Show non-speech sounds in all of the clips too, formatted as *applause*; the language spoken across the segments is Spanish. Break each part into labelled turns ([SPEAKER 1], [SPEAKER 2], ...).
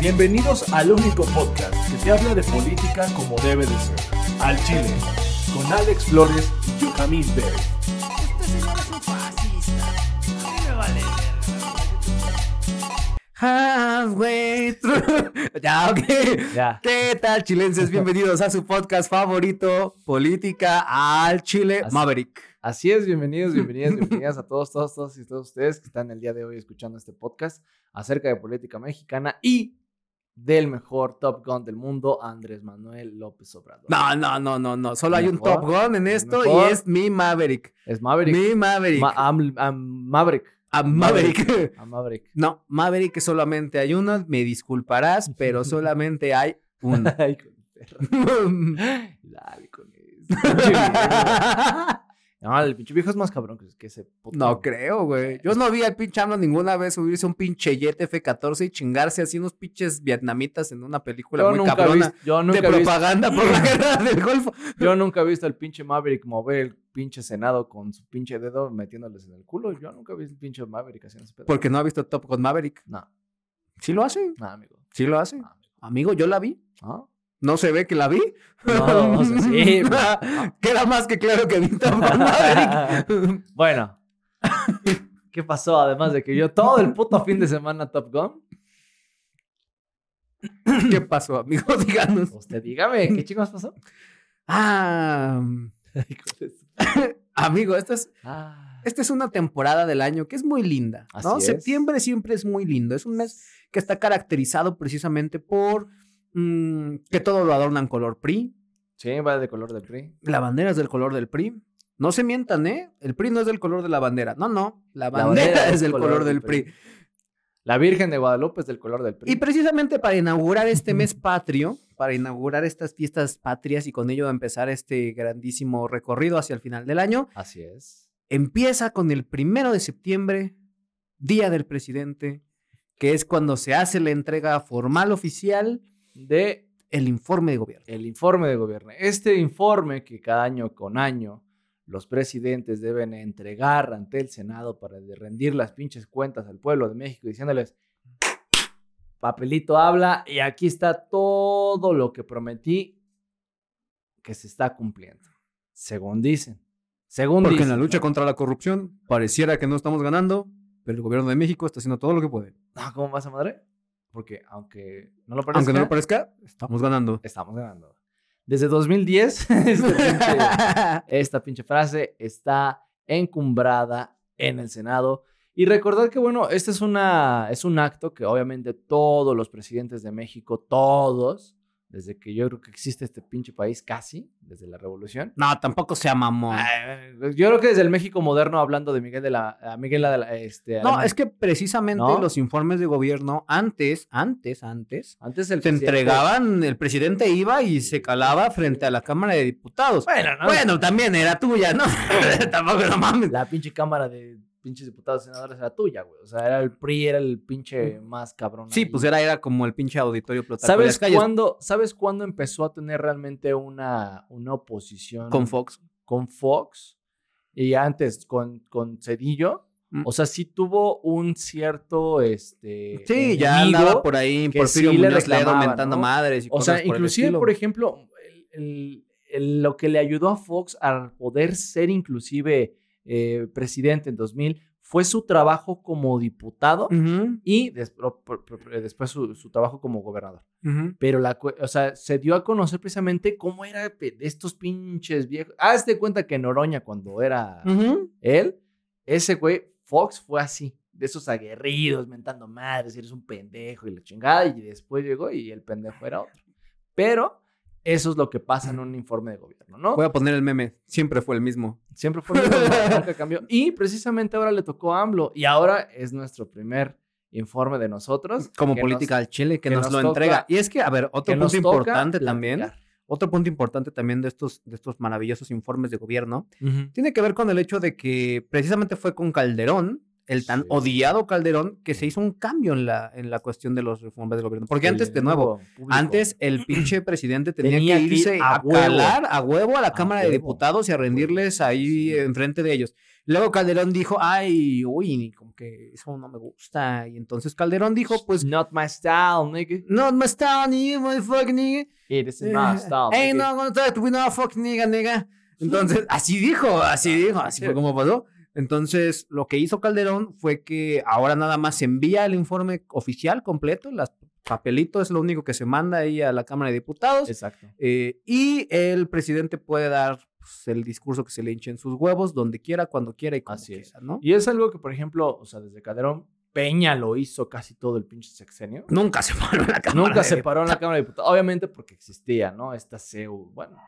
[SPEAKER 1] Bienvenidos al único podcast que te habla de política como debe de ser. Al Chile, con Alex Flores y Jamil Bell.
[SPEAKER 2] Este señor es un fascista. A mí me vale
[SPEAKER 3] Halfway through. *laughs* Ya, ok.
[SPEAKER 4] Ya.
[SPEAKER 3] ¿Qué tal, chilenses? Bienvenidos a su podcast favorito, Política al Chile
[SPEAKER 4] Así-
[SPEAKER 3] Maverick.
[SPEAKER 4] Así es,
[SPEAKER 3] *laughs*
[SPEAKER 4] bienvenidos, bienvenidas, bienvenidas a todos, todos, todos y todos ustedes que están el día de hoy escuchando este podcast acerca de política mexicana y del mejor Top Gun del mundo, Andrés Manuel López Obrador.
[SPEAKER 3] No, no, no, no, no. Solo hay un
[SPEAKER 4] Mejor,
[SPEAKER 3] Top Gun en esto
[SPEAKER 4] mejor.
[SPEAKER 3] y es mi Maverick.
[SPEAKER 4] Es Maverick.
[SPEAKER 3] Mi Maverick.
[SPEAKER 4] Ma- am- am- Maverick.
[SPEAKER 3] A Maverick. *laughs*
[SPEAKER 4] A Maverick.
[SPEAKER 3] no, Maverick solamente hay uno. Me
[SPEAKER 4] *laughs*
[SPEAKER 3] disculparás, pero solamente hay uno.
[SPEAKER 4] Ay, con perra. Dale con eso.
[SPEAKER 3] *laughs*
[SPEAKER 4] Pinche viejo. No, el pinche viejo es más cabrón que, que ese puto.
[SPEAKER 3] No creo, güey. Yo no vi al pinche AMLO ninguna vez subirse a un pinche jet F-14 y chingarse así unos pinches vietnamitas en una película
[SPEAKER 4] Yo
[SPEAKER 3] muy
[SPEAKER 4] nunca, he
[SPEAKER 3] cabrona.
[SPEAKER 4] visto- yo, nunca
[SPEAKER 3] de
[SPEAKER 4] he visto,
[SPEAKER 3] propaganda por
[SPEAKER 4] *laughs*
[SPEAKER 3] la guerra del Golfo.
[SPEAKER 4] yo nunca he visto al pinche Maverick mover el pinche Senado con su pinche dedo metiéndoles en el culo. Yo nunca he visto al pinche Maverick haciendo ese pedo.
[SPEAKER 3] Porque no ha visto Top Gun Maverick.
[SPEAKER 4] No, Ah.
[SPEAKER 3] Sí lo hace,
[SPEAKER 4] no, amigo. ¿Ah?
[SPEAKER 3] sí lo hace.
[SPEAKER 4] No, amigo.
[SPEAKER 3] Amigo, yo la vi.
[SPEAKER 4] ¿No?
[SPEAKER 3] No se ve que la vi. Ah,
[SPEAKER 4] No, o sea, sí,
[SPEAKER 3] *laughs*
[SPEAKER 4] *laughs* pues, no.
[SPEAKER 3] Queda más que claro que vi Top
[SPEAKER 4] *laughs*
[SPEAKER 3] Gun Maverick.
[SPEAKER 4] Bueno. ¿Qué pasó? Además de que yo todo el puto fin de semana Top Gun.
[SPEAKER 3] ¿Qué pasó, amigo? *laughs* Díganos.
[SPEAKER 4] Usted dígame, ¿qué chicos pasó?
[SPEAKER 3] Ah,
[SPEAKER 4] Ay, hijo de su-
[SPEAKER 3] *laughs* amigo, esta es,
[SPEAKER 4] Ah,
[SPEAKER 3] esta es una temporada del año que es muy linda. ¿no?
[SPEAKER 4] Así es.
[SPEAKER 3] Septiembre siempre es muy lindo. Es un mes que está caracterizado precisamente por mm, que todo lo adornan color PRI,
[SPEAKER 4] Sí, va de color del PRI.
[SPEAKER 3] La bandera es del color del PRI. No se mientan, ¿eh? El PRI no es del color de la bandera. No, no. La
[SPEAKER 4] La
[SPEAKER 3] bandera, es del color, del PRI.
[SPEAKER 4] La Virgen de Guadalupe es del color del PRI.
[SPEAKER 3] Y precisamente para inaugurar *laughs* este mes patrio, para inaugurar estas fiestas patrias y con ello empezar este grandísimo recorrido hacia el final del año,
[SPEAKER 4] Así es.
[SPEAKER 3] empieza con el primero de septiembre, Día del Presidente, que es cuando se hace la entrega formal oficial
[SPEAKER 4] De
[SPEAKER 3] el informe de gobierno.
[SPEAKER 4] el informe de gobierno. Este informe que cada año con año los presidentes deben entregar ante el Senado para de- rendir las pinches cuentas al pueblo de México diciéndoles, papelito habla y aquí está todo lo que prometí que se está cumpliendo, según dicen. Según dicen, ¿no?
[SPEAKER 3] contra la corrupción pareciera que no estamos ganando, pero el gobierno de México está haciendo todo lo que puede.
[SPEAKER 4] Ah, ¿Cómo vas a madre? Porque aunque no lo parezca,
[SPEAKER 3] Aunque no lo parezca, estamos ganando.
[SPEAKER 4] estamos ganando. Desde 2010, *laughs* este pinche- Esta pinche frase está encumbrada en el Senado. Y recordad que, bueno, este es, una, es un acto que obviamente todos los presidentes de México, todos, desde que yo creo que existe este pinche país casi, desde la revolución.
[SPEAKER 3] *laughs* no, tampoco sea mamón.
[SPEAKER 4] Ay, Yo creo que desde el México moderno, hablando de Miguel de la... a Miguel de la este,
[SPEAKER 3] no,
[SPEAKER 4] Alemán.
[SPEAKER 3] es que precisamente
[SPEAKER 4] ¿No?
[SPEAKER 3] los informes de gobierno antes, antes, antes,
[SPEAKER 4] antes el
[SPEAKER 3] se
[SPEAKER 4] presidente-
[SPEAKER 3] entregaban, el presidente iba y se calaba frente a la Cámara de Diputados.
[SPEAKER 4] Bueno, ¿no?
[SPEAKER 3] Ah, Bueno, también era tuya, ¿no? *laughs* tampoco no mames.
[SPEAKER 4] La pinche cámara de pinches diputados y senadores era tuya, güey. O sea, era el PRI, era el pinche más cabrón.
[SPEAKER 3] Mm. Sí,
[SPEAKER 4] ahí.
[SPEAKER 3] pues era, era como el pinche auditorio Plutarco
[SPEAKER 4] ¿Sabes
[SPEAKER 3] Elías Calles
[SPEAKER 4] cuándo, ¿Sabes cuándo empezó a tener realmente una, una oposición
[SPEAKER 3] con Fox.
[SPEAKER 4] con Fox? Y antes con, con Cedillo.
[SPEAKER 3] Mm.
[SPEAKER 4] O sea, sí tuvo un cierto este,
[SPEAKER 3] Sí, ya
[SPEAKER 4] enemigo.
[SPEAKER 3] andaba por ahí
[SPEAKER 4] que
[SPEAKER 3] Porfirio
[SPEAKER 4] sí le
[SPEAKER 3] Muñoz Ledo
[SPEAKER 4] reclamaba,
[SPEAKER 3] mentando
[SPEAKER 4] ¿no?
[SPEAKER 3] madres y
[SPEAKER 4] O sea,
[SPEAKER 3] cosas por el
[SPEAKER 4] inclusive,
[SPEAKER 3] estilo.
[SPEAKER 4] por ejemplo, el- el- el- lo que le ayudó a Fox a poder ser inclusive eh, presidente en 2000 fue su trabajo como diputado
[SPEAKER 3] Mm. Ujú,
[SPEAKER 4] y des- pro- pro- pro- después su- su trabajo como gobernador.
[SPEAKER 3] ujú.
[SPEAKER 4] Pero la, cue- o sea, se dio a conocer precisamente cómo era pe- estos pinches viejos. Hazte cuenta que Noroña, cuando era
[SPEAKER 3] Ujú.
[SPEAKER 4] él, ese güey, Fox fue así, de esos aguerridos, mentando madres, eres un pendejo y la chingada, y después llegó y el pendejo era otro. Pero eso es lo que pasa en un informe de gobierno, ¿no?
[SPEAKER 3] Voy a poner el meme. Siempre fue el mismo. *laughs*
[SPEAKER 4] Siempre fue lo mismo, nunca cambió. Y precisamente ahora le tocó a AMLO, y ahora es nuestro primer informe de nosotros.
[SPEAKER 3] Como
[SPEAKER 4] que nos-
[SPEAKER 3] política al Chile, que,
[SPEAKER 4] que
[SPEAKER 3] nos,
[SPEAKER 4] nos
[SPEAKER 3] lo
[SPEAKER 4] toca-
[SPEAKER 3] entrega. Y es que, a ver, otro
[SPEAKER 4] que nos
[SPEAKER 3] punto
[SPEAKER 4] toca
[SPEAKER 3] importante también,
[SPEAKER 4] platicar.
[SPEAKER 3] otro punto importante también de estos, de estos maravillosos informes de gobierno, tiene que ver con el hecho de que precisamente fue con Calderón, el tan
[SPEAKER 4] Sí.
[SPEAKER 3] odiado Calderón, que se hizo un cambio en la, en la cuestión de los reformas del gobierno. Porque
[SPEAKER 4] El
[SPEAKER 3] antes, de nuevo,
[SPEAKER 4] nuevo público.
[SPEAKER 3] antes el pinche presidente tenía,
[SPEAKER 4] Tenía
[SPEAKER 3] que
[SPEAKER 4] que ir
[SPEAKER 3] irse
[SPEAKER 4] a
[SPEAKER 3] a,
[SPEAKER 4] huevo.
[SPEAKER 3] calar a huevo a la
[SPEAKER 4] A
[SPEAKER 3] Cámara de
[SPEAKER 4] huevo.
[SPEAKER 3] Diputados y a rendirles ahí
[SPEAKER 4] Sí.
[SPEAKER 3] enfrente de ellos. Luego Calderón dijo, ay, uy, como que eso no me gusta. Y entonces Calderón dijo, pues,
[SPEAKER 4] not my style, nigga.
[SPEAKER 3] no, my style, nigga, my fuck, nigga.
[SPEAKER 4] It is
[SPEAKER 3] *laughs*
[SPEAKER 4] not my style.
[SPEAKER 3] Hey,
[SPEAKER 4] nigga.
[SPEAKER 3] no, no, we no fuck, nigga, nigga.
[SPEAKER 4] *laughs*
[SPEAKER 3] Entonces, así dijo, así dijo, así fue como pasó. Entonces, lo que hizo Calderón fue que ahora nada más se envía el informe oficial completo, las papelitos es lo único que se manda ahí a la Cámara de Diputados.
[SPEAKER 4] Exacto.
[SPEAKER 3] Eh, y el presidente puede dar pues, el discurso que se le hinche en sus huevos, donde quiera, cuando quiera y como
[SPEAKER 4] Así es.
[SPEAKER 3] quiera, ¿no?
[SPEAKER 4] Y es algo que, por ejemplo, o sea, desde Calderón, Peña lo hizo casi todo el pinche sexenio.
[SPEAKER 3] Nunca se *laughs* paró en la cámara.
[SPEAKER 4] Nunca
[SPEAKER 3] de
[SPEAKER 4] se
[SPEAKER 3] Diputados.
[SPEAKER 4] paró en la Cámara de Diputados. Obviamente porque existía, ¿no? Esta CEU, bueno,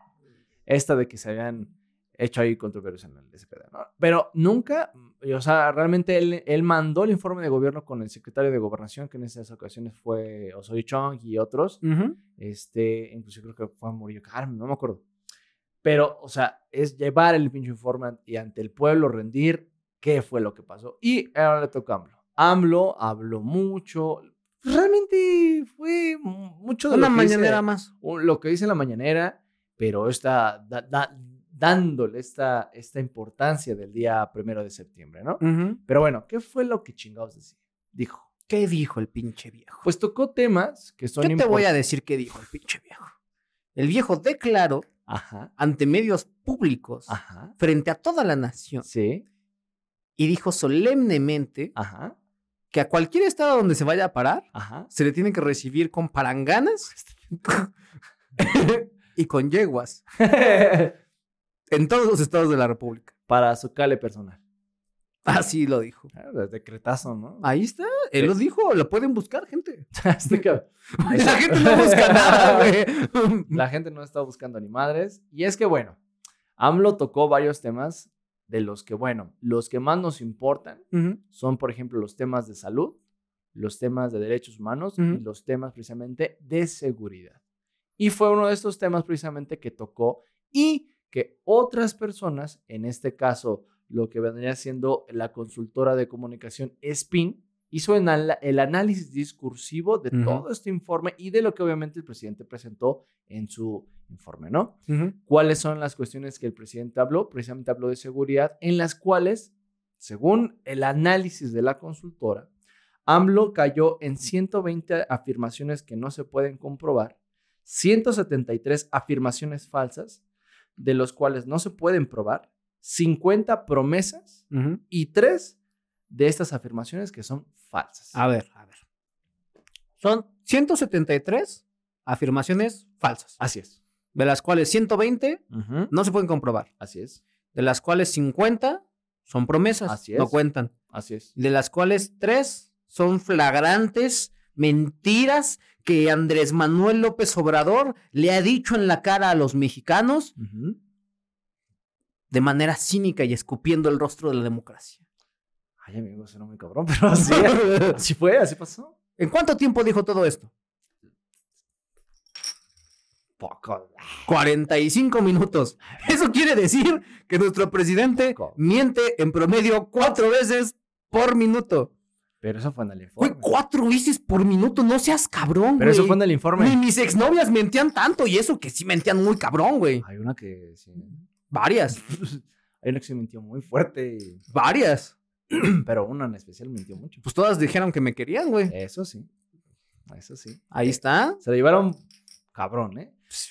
[SPEAKER 4] esta de que se habían hecho ahí controversias en el SPD, ¿no? Pero nunca, y, o sea, realmente él, él mandó el informe de gobierno con el secretario de Gobernación, que en esas ocasiones fue Osoy Chong y otros.
[SPEAKER 3] Ujú.
[SPEAKER 4] Este, incluso creo que fue Murillo Carmen, no me acuerdo. Pero, o sea, es llevar el pinche informe an- y ante el pueblo rendir qué fue lo que pasó. Y ahora le toca a AMLO. AMLO habló mucho. Realmente fue mu- mucho de
[SPEAKER 3] Una
[SPEAKER 4] lo que dice-
[SPEAKER 3] mañanera más.
[SPEAKER 4] o lo que dice en la mañanera, pero está da- da- dándole esta, esta importancia del día primero de septiembre, ¿no?
[SPEAKER 3] Ujú.
[SPEAKER 4] Pero bueno, ¿qué fue lo que chingados decía? Dijo.
[SPEAKER 3] ¿Qué dijo el pinche viejo?
[SPEAKER 4] Pues tocó temas que son
[SPEAKER 3] Yo te voy
[SPEAKER 4] import-
[SPEAKER 3] a decir qué dijo el pinche viejo. El viejo declaró
[SPEAKER 4] Ajá,
[SPEAKER 3] ante medios públicos,
[SPEAKER 4] ajá.
[SPEAKER 3] frente a toda la nación,
[SPEAKER 4] Sí,
[SPEAKER 3] y dijo solemnemente
[SPEAKER 4] ajá,
[SPEAKER 3] que a cualquier estado donde se vaya a parar,
[SPEAKER 4] *laughs* ajá.
[SPEAKER 3] se le tiene que recibir con paranganas *laughs* y con yeguas en todos los estados de la República.
[SPEAKER 4] Para su cale personal.
[SPEAKER 3] Así lo dijo.
[SPEAKER 4] Ah, Decretazo, ¿no?
[SPEAKER 3] Ahí está, él lo dijo, lo pueden buscar, gente.
[SPEAKER 4] *laughs* Este cabrón.
[SPEAKER 3] *laughs* La gente no busca nada, güey.
[SPEAKER 4] *laughs* La gente no está buscando ni madres. Y es que, bueno, AMLO tocó varios temas de los que, bueno, los que más nos importan
[SPEAKER 3] Ujú.
[SPEAKER 4] son, por ejemplo, los temas de salud, los temas de derechos humanos y
[SPEAKER 3] Ujú.
[SPEAKER 4] los temas precisamente de seguridad. Y fue uno de estos temas precisamente que tocó y que otras personas, en este caso lo que vendría siendo la consultora de comunicación SPIN, hizo en ala- el análisis discursivo de
[SPEAKER 3] Ujú.
[SPEAKER 4] todo este informe y de lo que obviamente el presidente presentó en su informe, ¿no?
[SPEAKER 3] Ujú.
[SPEAKER 4] cuáles son las cuestiones que el presidente habló, precisamente habló de seguridad, en las cuales, según el análisis de la consultora, AMLO cayó en 120 afirmaciones que no se pueden comprobar, 173 afirmaciones falsas, de los cuales no se pueden probar, 50 promesas
[SPEAKER 3] Ujú.
[SPEAKER 4] y 3 de estas afirmaciones que son falsas.
[SPEAKER 3] A ver, a ver. Son 173 afirmaciones falsas,
[SPEAKER 4] Así es.
[SPEAKER 3] de las cuales 120
[SPEAKER 4] Ujú.
[SPEAKER 3] no se pueden comprobar.
[SPEAKER 4] Así es.
[SPEAKER 3] de las cuales 50 son promesas,
[SPEAKER 4] Así
[SPEAKER 3] no
[SPEAKER 4] es.
[SPEAKER 3] cuentan,
[SPEAKER 4] Así es.
[SPEAKER 3] de las cuales 3 son flagrantes mentiras que Andrés Manuel López Obrador le ha dicho en la cara a los mexicanos
[SPEAKER 4] Ujú.
[SPEAKER 3] de manera cínica y escupiendo el rostro de la democracia.
[SPEAKER 4] Ay, amigo, suena muy cabrón, *laughs* pero así, así fue, así pasó.
[SPEAKER 3] *laughs* ¿En cuánto tiempo dijo todo esto?
[SPEAKER 4] Poco.
[SPEAKER 3] 45 minutos. Eso quiere decir que nuestro presidente miente en promedio cuatro veces por minuto.
[SPEAKER 4] Pero eso fue en el informe.
[SPEAKER 3] Güey, cuatro veces por minuto, no seas cabrón,
[SPEAKER 4] Pero eso
[SPEAKER 3] güey.
[SPEAKER 4] fue en el
[SPEAKER 3] Ni
[SPEAKER 4] informe.
[SPEAKER 3] mis exnovias mentían tanto y eso que sí mentían muy cabrón, güey.
[SPEAKER 4] Hay una que sí.
[SPEAKER 3] Varias,
[SPEAKER 4] Hay una que se mintió muy fuerte. y-
[SPEAKER 3] varias.
[SPEAKER 4] Pero una en especial mintió mucho.
[SPEAKER 3] Pues todas dijeron que me querían, güey.
[SPEAKER 4] Eso sí. Eso sí.
[SPEAKER 3] Ahí está.
[SPEAKER 4] Se la llevaron cabrón, ¿eh?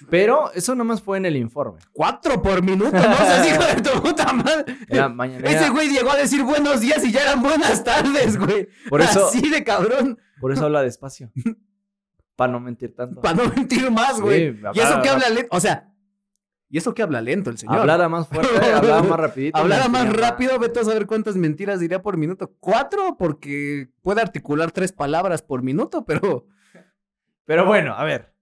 [SPEAKER 4] Pero eso nomás fue en el informe.
[SPEAKER 3] Cuatro por minuto, no
[SPEAKER 4] *laughs*
[SPEAKER 3] seas hijo de tu puta madre.
[SPEAKER 4] Era mañana.
[SPEAKER 3] Ese güey llegó a decir buenos días y ya eran buenas tardes, güey.
[SPEAKER 4] Por eso,
[SPEAKER 3] Así de cabrón,
[SPEAKER 4] por eso habla despacio. Para no mentir tanto.
[SPEAKER 3] para no mentir más,
[SPEAKER 4] Sí,
[SPEAKER 3] güey. y eso
[SPEAKER 4] hablara-
[SPEAKER 3] que habla lento, o sea, y eso que habla lento el señor.
[SPEAKER 4] Hablara más fuerte,
[SPEAKER 3] *laughs*
[SPEAKER 4] hablara más rapidito.
[SPEAKER 3] Hablara más
[SPEAKER 4] mentira
[SPEAKER 3] rápido, vete a saber cuántas mentiras diría por minuto. Cuatro, porque puede articular tres palabras por minuto, pero
[SPEAKER 4] Pero bueno, a ver.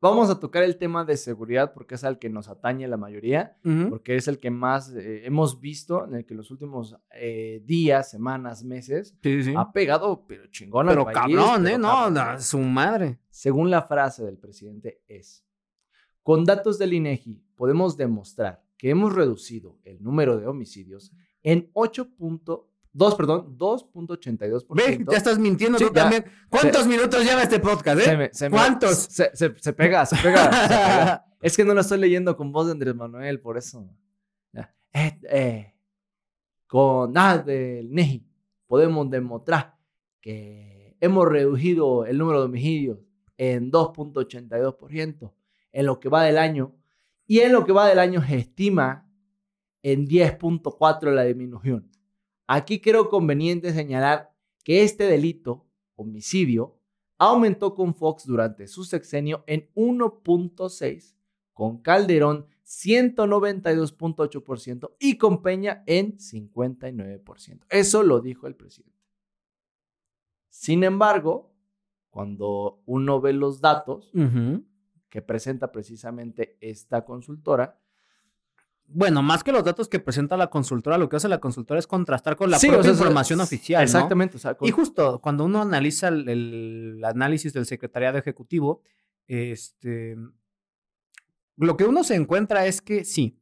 [SPEAKER 4] Vamos a tocar el tema de seguridad porque es al que nos atañe la mayoría,
[SPEAKER 3] Ujú.
[SPEAKER 4] porque es el que más eh, hemos visto en el que los últimos eh, días, semanas, meses
[SPEAKER 3] Sí, sí, sí.
[SPEAKER 4] ha pegado, pero chingón al
[SPEAKER 3] Pero
[SPEAKER 4] país,
[SPEAKER 3] cabrón,
[SPEAKER 4] pero
[SPEAKER 3] ¿eh? No,
[SPEAKER 4] cabrón.
[SPEAKER 3] no, su madre.
[SPEAKER 4] Según la frase del presidente es, con datos del INEGI podemos demostrar que hemos reducido el número de homicidios en 8.2, perdón, 2.82%.
[SPEAKER 3] Ve, ya estás mintiendo
[SPEAKER 4] Sí,
[SPEAKER 3] tú
[SPEAKER 4] ya.
[SPEAKER 3] también. ¿Cuántos minutos lleva este podcast, eh?
[SPEAKER 4] Se me- se me-
[SPEAKER 3] ¿Cuántos?
[SPEAKER 4] Se, se- se pega, se pega, se pega. Es que no lo estoy leyendo con voz de Andrés Manuel, por eso. Ya. Eh, eh, con nada del INEGI podemos demostrar que hemos reducido el número de homicidios en 2.82% en lo que va del año. Y en lo que va del año se estima en 10.4 la disminución. Aquí creo conveniente señalar que este delito, homicidio, aumentó con Fox durante su sexenio en 1.6, con Calderón 192.8% y con Peña en 59%. Eso lo dijo el presidente. Sin embargo, cuando uno ve los datos,
[SPEAKER 3] Ujú.
[SPEAKER 4] que presenta precisamente esta consultora.
[SPEAKER 3] Bueno, más que los datos que presenta la consultora, lo que hace la consultora es contrastar con la
[SPEAKER 4] Sí,
[SPEAKER 3] propia
[SPEAKER 4] o sea,
[SPEAKER 3] información
[SPEAKER 4] es-
[SPEAKER 3] oficial. ¿no?
[SPEAKER 4] Exactamente. O sea, con-
[SPEAKER 3] Y justo cuando uno analiza el, el análisis del secretariado ejecutivo, este, lo que uno se encuentra es que sí,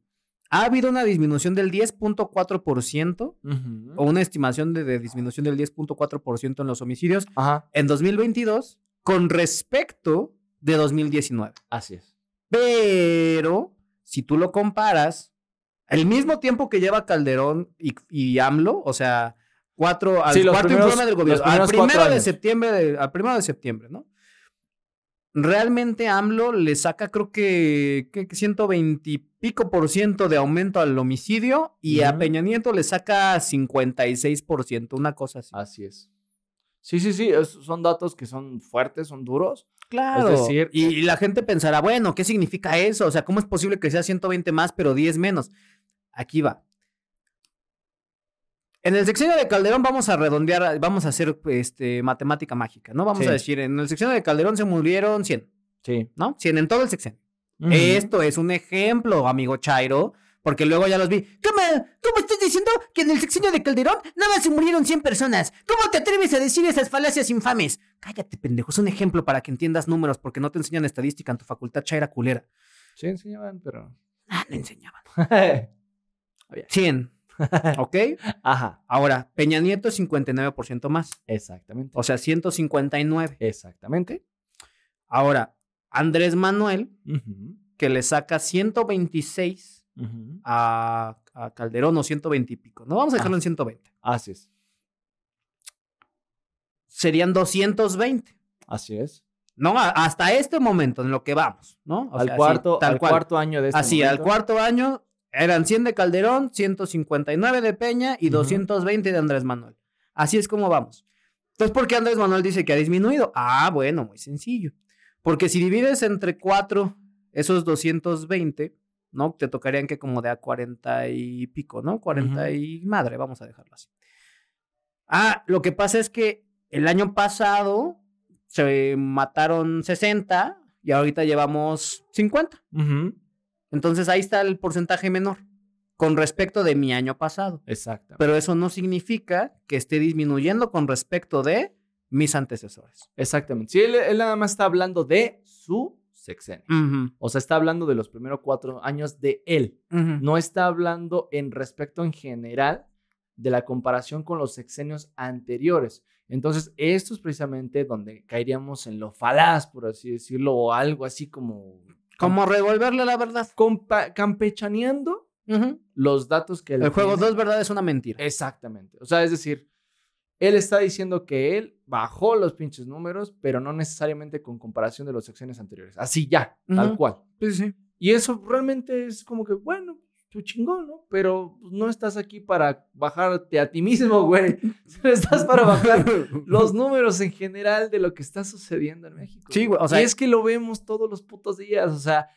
[SPEAKER 3] ha habido una disminución del 10.4%
[SPEAKER 4] Ujú.
[SPEAKER 3] o una estimación de, de disminución del 10.4% en los homicidios
[SPEAKER 4] Ajá,
[SPEAKER 3] en 2022 con respecto de 2019.
[SPEAKER 4] así es.
[SPEAKER 3] Pero si tú lo comparas, el mismo tiempo que lleva Calderón y, y AMLO, o sea, cuatro, al
[SPEAKER 4] Sí, los
[SPEAKER 3] cuarto
[SPEAKER 4] primeros-
[SPEAKER 3] informe del
[SPEAKER 4] los
[SPEAKER 3] gobierno, al
[SPEAKER 4] primeros cuatro
[SPEAKER 3] primero de
[SPEAKER 4] años.
[SPEAKER 3] septiembre, de- al primero de septiembre, ¿no? Realmente AMLO le saca creo que, que 120 y pico por ciento de aumento al homicidio y a
[SPEAKER 4] Ujú.
[SPEAKER 3] Peña Nieto le saca 56 por ciento, una cosa así.
[SPEAKER 4] Así es. Sí, sí, sí. es- son datos que son fuertes, son duros.
[SPEAKER 3] Claro.
[SPEAKER 4] Es decir-
[SPEAKER 3] y, y la gente pensará, bueno, ¿qué significa eso? O sea, ¿cómo es posible que sea 120 más, pero 10 menos? Aquí va. En el sexenio de Calderón vamos a redondear, vamos a hacer este, matemática mágica, ¿no? Vamos
[SPEAKER 4] Sí.
[SPEAKER 3] a decir, en el sexenio de Calderón se murieron 100,
[SPEAKER 4] Sí.
[SPEAKER 3] ¿no? 100 en todo el sexenio.
[SPEAKER 4] Ujú.
[SPEAKER 3] Esto es un ejemplo, amigo Chairo, porque luego ya los vi. ¿Cómo, ¿Cómo estás diciendo que en el sexenio de Calderón nada más se murieron 100 personas? ¿Cómo te atreves a decir esas falacias infames? Cállate, pendejo, es un ejemplo para que entiendas números, porque no te enseñan estadística en tu facultad Chaira culera.
[SPEAKER 4] Sí, enseñaban, pero.
[SPEAKER 3] Ah, no
[SPEAKER 4] *laughs*
[SPEAKER 3] enseñaban. 100, ¿ok?
[SPEAKER 4] Ajá,
[SPEAKER 3] Ahora, Peña Nieto 59% más,
[SPEAKER 4] exactamente.
[SPEAKER 3] o sea, 159.
[SPEAKER 4] Exactamente.
[SPEAKER 3] Ahora, Andrés Manuel,
[SPEAKER 4] Ujú,
[SPEAKER 3] que le saca 126
[SPEAKER 4] ujú.
[SPEAKER 3] a, a Calderón o 120 y pico. No, vamos a
[SPEAKER 4] Ah.
[SPEAKER 3] dejarlo en 120.
[SPEAKER 4] Así es.
[SPEAKER 3] serían 220.
[SPEAKER 4] Así es.
[SPEAKER 3] No, A- hasta este momento en lo que vamos, ¿no? O
[SPEAKER 4] al
[SPEAKER 3] sea, así,
[SPEAKER 4] cuarto,
[SPEAKER 3] tal
[SPEAKER 4] al
[SPEAKER 3] cual.
[SPEAKER 4] cuarto año de este
[SPEAKER 3] así, al
[SPEAKER 4] momento.
[SPEAKER 3] cuarto año eran 100 de Calderón, 159 de Peña y
[SPEAKER 4] Ujú.
[SPEAKER 3] 220 de Andrés Manuel. Así es como vamos. Entonces, ¿por qué Andrés Manuel dice que ha disminuido? Ah, bueno, muy sencillo. Porque si divides entre 4 esos 220, ¿no? Te tocarían que como de a 40 y pico, ¿no? 40
[SPEAKER 4] Ujú.
[SPEAKER 3] y madre, vamos a dejarlo así. Ah, lo que pasa es que el año pasado se mataron 60 y ahorita llevamos 50.
[SPEAKER 4] Ujú,
[SPEAKER 3] Entonces ahí está el porcentaje menor con respecto de mi año pasado.
[SPEAKER 4] Exactamente.
[SPEAKER 3] Pero eso no significa que esté disminuyendo con respecto de mis antecesores.
[SPEAKER 4] Exactamente. Sí, él, él nada más está hablando de su sexenio.
[SPEAKER 3] Ujú,
[SPEAKER 4] O sea, está hablando de los primeros cuatro años de él.
[SPEAKER 3] ujú.
[SPEAKER 4] No está hablando en respecto en general de la comparación con los sexenios anteriores. Entonces, esto es precisamente donde caeríamos en lo falaz, por así decirlo, o algo así como...
[SPEAKER 3] Como revolverle la verdad.
[SPEAKER 4] compa- campechaneando
[SPEAKER 3] Ujú.
[SPEAKER 4] los datos que... él
[SPEAKER 3] El juego
[SPEAKER 4] tiene.
[SPEAKER 3] dos verdades es una mentira.
[SPEAKER 4] Exactamente. O sea, es decir, él está diciendo que él bajó los pinches números, pero no necesariamente con comparación de los sexenios anteriores. Así ya, tal
[SPEAKER 3] Ujú.
[SPEAKER 4] cual.
[SPEAKER 3] Sí, sí.
[SPEAKER 4] Y eso realmente es como que, bueno, tu chingón, ¿no? Pero pues, no estás aquí para bajarte a ti mismo,
[SPEAKER 3] *laughs*
[SPEAKER 4] güey. *laughs* Estás para bajar los números en general de lo que está sucediendo en México.
[SPEAKER 3] Sí, güey, o sea-
[SPEAKER 4] y es que lo vemos todos los putos días. O sea,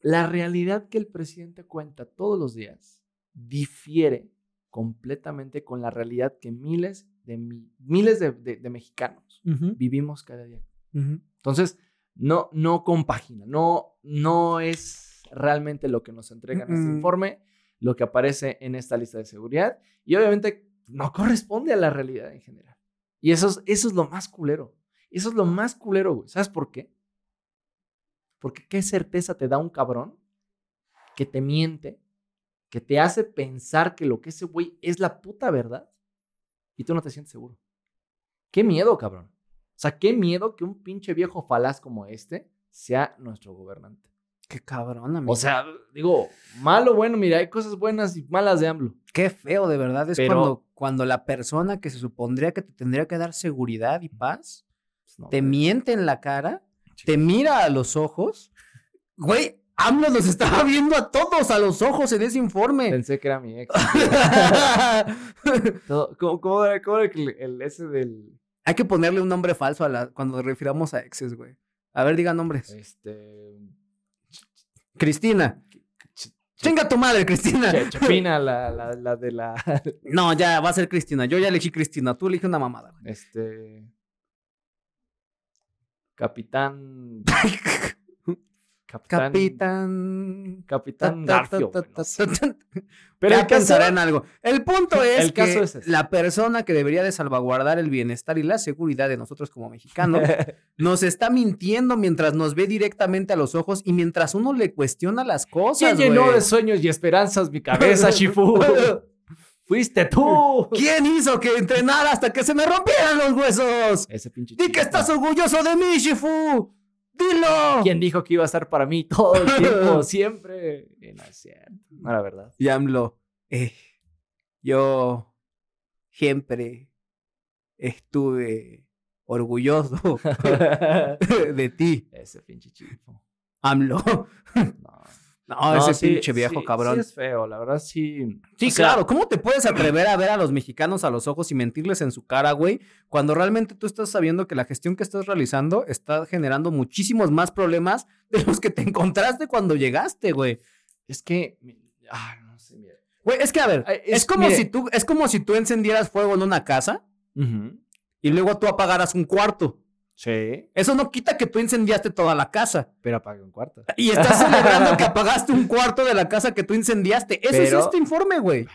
[SPEAKER 4] la realidad que el presidente cuenta todos los días difiere completamente con la realidad que miles de, mi- miles de, de- de mexicanos vivimos cada día. Entonces, no, no compagina, no, no es realmente lo que nos entregan este
[SPEAKER 3] Mm-mm.
[SPEAKER 4] informe, lo que aparece en esta lista de seguridad y obviamente no corresponde a la realidad en general. Y eso es, eso es lo más culero. Eso es lo más culero, güey. ¿Sabes por qué? Porque qué certeza te da un cabrón que te miente, que te hace pensar que lo que ese güey es la puta verdad y tú no te sientes seguro. Qué miedo, cabrón. O sea, qué miedo que un pinche viejo falaz como este sea nuestro gobernante.
[SPEAKER 3] Qué cabrón, amigo.
[SPEAKER 4] O sea, digo, malo, bueno, mira, hay cosas buenas y malas de AMLO.
[SPEAKER 3] Qué feo, de verdad. Es
[SPEAKER 4] Pero-
[SPEAKER 3] cuando, cuando la persona que se supondría que te tendría que dar seguridad y paz,
[SPEAKER 4] Pues no,
[SPEAKER 3] te
[SPEAKER 4] güey.
[SPEAKER 3] miente en la cara, te mira a los ojos. Güey, AMLO nos estaba viendo a todos a los ojos en ese informe.
[SPEAKER 4] Pensé que era mi ex. *laughs* Todo- ¿Cómo, cómo era, cómo era el, el ese del...
[SPEAKER 3] *laughs* Hay que ponerle un nombre falso a la, cuando nos refiramos a exes, güey. A ver, diga nombres.
[SPEAKER 4] Este...
[SPEAKER 3] Cristina.
[SPEAKER 4] ch-
[SPEAKER 3] Chinga tu madre, Cristina. *laughs*
[SPEAKER 4] Che- Chepina, la, la, la de la... *laughs*
[SPEAKER 3] No, ya va a ser Cristina. Yo ya elegí Cristina. Tú elige una mamada. güey.
[SPEAKER 4] Este...
[SPEAKER 3] *laughs*
[SPEAKER 4] Capitán...
[SPEAKER 3] Capitán.
[SPEAKER 4] Capitán... Capitán
[SPEAKER 3] Ta, ta,
[SPEAKER 4] Garfio.
[SPEAKER 3] ta,
[SPEAKER 4] güey,
[SPEAKER 3] ta,
[SPEAKER 4] no sé.
[SPEAKER 3] ta, ta.
[SPEAKER 4] Pero
[SPEAKER 3] ya
[SPEAKER 4] el caso-
[SPEAKER 3] pensará en algo. El
[SPEAKER 4] *laughs*
[SPEAKER 3] punto es
[SPEAKER 4] El caso
[SPEAKER 3] que
[SPEAKER 4] es ese.
[SPEAKER 3] la persona que debería de salvaguardar el bienestar y la seguridad de nosotros como
[SPEAKER 4] *laughs*
[SPEAKER 3] mexicanos nos está mintiendo mientras nos ve directamente a los ojos y mientras uno le cuestiona las
[SPEAKER 4] ¿Quién
[SPEAKER 3] cosas.
[SPEAKER 4] llenó
[SPEAKER 3] güey.
[SPEAKER 4] de sueños y esperanzas mi *laughs* cabeza, Shifu? ¡Fuiste tú!
[SPEAKER 3] ¿Quién hizo que entrenara hasta que se me rompieran los huesos?
[SPEAKER 4] Ese pinche
[SPEAKER 3] Di
[SPEAKER 4] chico.
[SPEAKER 3] que estás orgulloso de mí, Shifu. Dilo.
[SPEAKER 4] ¿Quién dijo que iba a estar para mí todo el *laughs* tiempo, siempre? Eh, No es cierto. No era verdad.
[SPEAKER 3] Y AMLO, eh, yo siempre estuve orgulloso *laughs* de ti,
[SPEAKER 4] *laughs* Ese pinche chico.
[SPEAKER 3] AMLO.
[SPEAKER 4] No.
[SPEAKER 3] No,
[SPEAKER 4] No,
[SPEAKER 3] ese
[SPEAKER 4] sí,
[SPEAKER 3] pinche viejo
[SPEAKER 4] sí, Sí
[SPEAKER 3] cabrón.
[SPEAKER 4] es feo, la verdad sí.
[SPEAKER 3] Sí,
[SPEAKER 4] O sea,
[SPEAKER 3] claro. ¿Cómo te puedes atrever a ver a los mexicanos a los ojos y mentirles en su cara, güey? Cuando realmente tú estás sabiendo que la gestión que estás realizando está generando muchísimos más problemas de los que te encontraste cuando llegaste, güey.
[SPEAKER 4] Es que... mi- Ah, no sé, mira.
[SPEAKER 3] Güey, es que a ver,
[SPEAKER 4] Ay,
[SPEAKER 3] es,
[SPEAKER 4] es-
[SPEAKER 3] como
[SPEAKER 4] mire.
[SPEAKER 3] si tú, es como si tú encendieras fuego en una casa
[SPEAKER 4] Ujú.
[SPEAKER 3] y luego tú apagaras un cuarto.
[SPEAKER 4] Sí,
[SPEAKER 3] Eso no quita que tú incendiaste toda la casa.
[SPEAKER 4] pero apague un cuarto.
[SPEAKER 3] Y estás celebrando
[SPEAKER 4] *laughs*
[SPEAKER 3] que apagaste un cuarto de la casa que tú incendiaste. Eso
[SPEAKER 4] Pero-
[SPEAKER 3] es este informe, güey.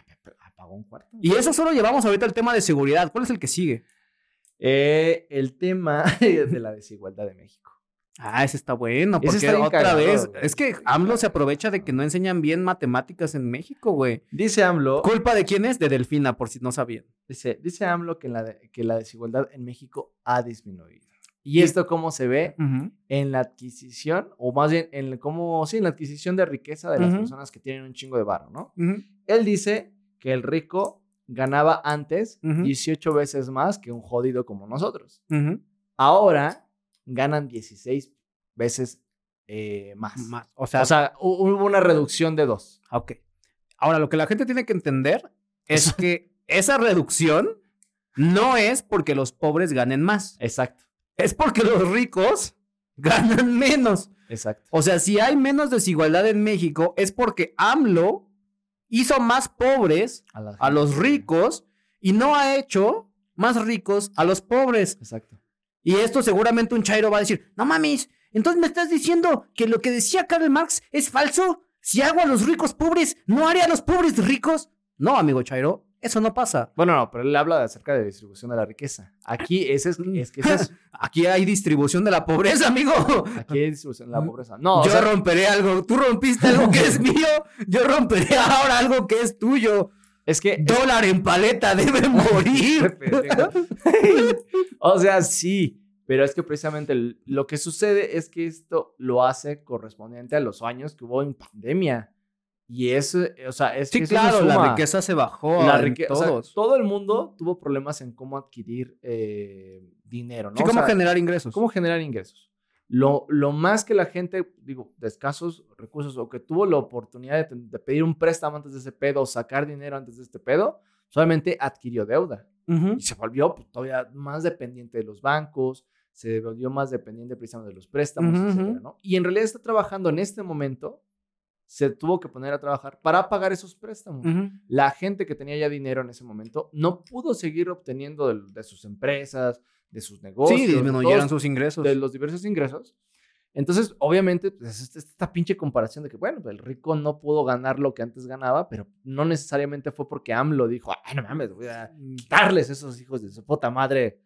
[SPEAKER 4] Apagó un cuarto.
[SPEAKER 3] Y eso solo llevamos ahorita el tema de seguridad. ¿Cuál es el que sigue?
[SPEAKER 4] Eh, el tema *laughs* de la desigualdad de México.
[SPEAKER 3] Ah, ese está bueno,
[SPEAKER 4] Ese
[SPEAKER 3] porque
[SPEAKER 4] está bien
[SPEAKER 3] otra
[SPEAKER 4] cagado,
[SPEAKER 3] vez.
[SPEAKER 4] güey.
[SPEAKER 3] Es que AMLO se aprovecha de que no enseñan bien matemáticas en México, güey.
[SPEAKER 4] Dice AMLO...
[SPEAKER 3] ¿Culpa de quién es? De Delfina, por si no sabían.
[SPEAKER 4] Dice, dice AMLO que la, de- que la desigualdad en México ha disminuido. ¿Y esto cómo se ve? En la adquisición, o más bien, en la- cómo, sí, en la adquisición de riqueza de las
[SPEAKER 3] Ujú.
[SPEAKER 4] personas que tienen un chingo de barro, ¿no?
[SPEAKER 3] Ujú.
[SPEAKER 4] Él dice que el rico ganaba antes
[SPEAKER 3] Ujú.
[SPEAKER 4] 18 veces más que un jodido como nosotros.
[SPEAKER 3] Ujú.
[SPEAKER 4] Ahora ganan 16 veces eh, más.
[SPEAKER 3] Más, O sea,
[SPEAKER 4] O sea, hu- hubo una reducción de dos.
[SPEAKER 3] ok. Ahora, lo que la gente tiene que entender es que esa reducción no es porque los pobres ganen más.
[SPEAKER 4] Exacto,
[SPEAKER 3] es porque los ricos ganan menos.
[SPEAKER 4] exacto.
[SPEAKER 3] O sea, si hay menos desigualdad en México, es porque AMLO hizo más pobres
[SPEAKER 4] A, la
[SPEAKER 3] a los
[SPEAKER 4] gente.
[SPEAKER 3] ricos y no ha hecho más ricos a los pobres.
[SPEAKER 4] Exacto.
[SPEAKER 3] Y esto seguramente un Chairo va a decir, no mames, entonces me estás diciendo que lo que decía Karl Marx es falso. Si hago a los ricos pobres, no haré a los pobres ricos. No, amigo Chairo, eso no pasa.
[SPEAKER 4] Bueno, no, pero él habla de acerca de distribución de la riqueza. Aquí ese es, es que ese es,
[SPEAKER 3] Aquí hay distribución de la pobreza, amigo.
[SPEAKER 4] aquí hay distribución de la pobreza.
[SPEAKER 3] *laughs*
[SPEAKER 4] No, o
[SPEAKER 3] yo
[SPEAKER 4] sea,
[SPEAKER 3] romperé algo. Tú rompiste algo que es mío. Yo romperé ahora algo que es tuyo.
[SPEAKER 4] es que...
[SPEAKER 3] Dólar en paleta debe
[SPEAKER 4] *laughs*
[SPEAKER 3] morir.
[SPEAKER 4] o sea, sí, pero es que precisamente l- lo que sucede es que esto lo hace correspondiente a los años que hubo en pandemia. Y eso, o sea, es que
[SPEAKER 3] Sí,
[SPEAKER 4] eso se
[SPEAKER 3] claro,
[SPEAKER 4] suma.
[SPEAKER 3] la riqueza se bajó.
[SPEAKER 4] La
[SPEAKER 3] en
[SPEAKER 4] rique- o sea,
[SPEAKER 3] todos.
[SPEAKER 4] todo el mundo tuvo problemas en cómo adquirir eh, dinero, ¿no?
[SPEAKER 3] Sí,
[SPEAKER 4] O
[SPEAKER 3] ¿cómo
[SPEAKER 4] sea,
[SPEAKER 3] generar ingresos?
[SPEAKER 4] ¿Cómo generar ingresos? Lo, lo más que la gente, digo, de escasos recursos o que tuvo la oportunidad de, ten- de pedir un préstamo antes de ese pedo o sacar dinero antes de este pedo, solamente adquirió deuda
[SPEAKER 3] Ujú.
[SPEAKER 4] y se volvió pues, todavía más dependiente de los bancos, se volvió más dependiente precisamente de los préstamos,
[SPEAKER 3] Ujú,
[SPEAKER 4] etcétera,
[SPEAKER 3] ujú.
[SPEAKER 4] ¿no? Y en realidad está trabajando en este momento, se tuvo que poner a trabajar para pagar esos préstamos
[SPEAKER 3] Ujú.
[SPEAKER 4] la gente que tenía ya dinero en ese momento no pudo seguir obteniendo del- de, sus empresas, de sus negocios,
[SPEAKER 3] Sí,
[SPEAKER 4] de,
[SPEAKER 3] disminuyeron
[SPEAKER 4] todos-
[SPEAKER 3] sus ingresos.
[SPEAKER 4] de los diversos ingresos. Entonces, obviamente, pues, es- es esta pinche comparación de que, bueno, pues, el rico no pudo ganar lo que antes ganaba, pero no necesariamente fue porque AMLO dijo, ay, no mames, voy a quitarles esos hijos de su puta madre.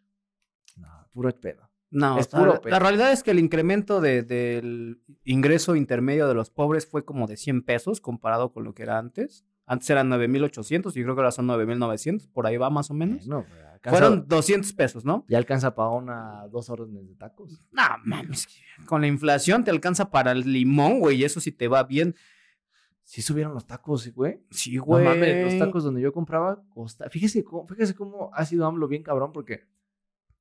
[SPEAKER 4] No, puro pedo.
[SPEAKER 3] No,
[SPEAKER 4] Es
[SPEAKER 3] o sea,
[SPEAKER 4] puro
[SPEAKER 3] la-
[SPEAKER 4] pedo.
[SPEAKER 3] la realidad es que el incremento de- del ingreso intermedio de los pobres fue como de 100 pesos comparado con lo que era antes. Antes eran 9,800 y creo que ahora son 9,900, por ahí va más o menos.
[SPEAKER 4] No, pues, alcanza-
[SPEAKER 3] Fueron 200 pesos, ¿no?
[SPEAKER 4] Ya alcanza para una, dos órdenes de tacos.
[SPEAKER 3] No mames, con la inflación te alcanza para el limón, güey, y eso sí te va bien.
[SPEAKER 4] Sí subieron los tacos, sí, güey.
[SPEAKER 3] Sí,
[SPEAKER 4] No
[SPEAKER 3] güey.
[SPEAKER 4] mames, los tacos donde yo compraba costa... Fíjese cómo, fíjese cómo ha sido AMLO bien cabrón, porque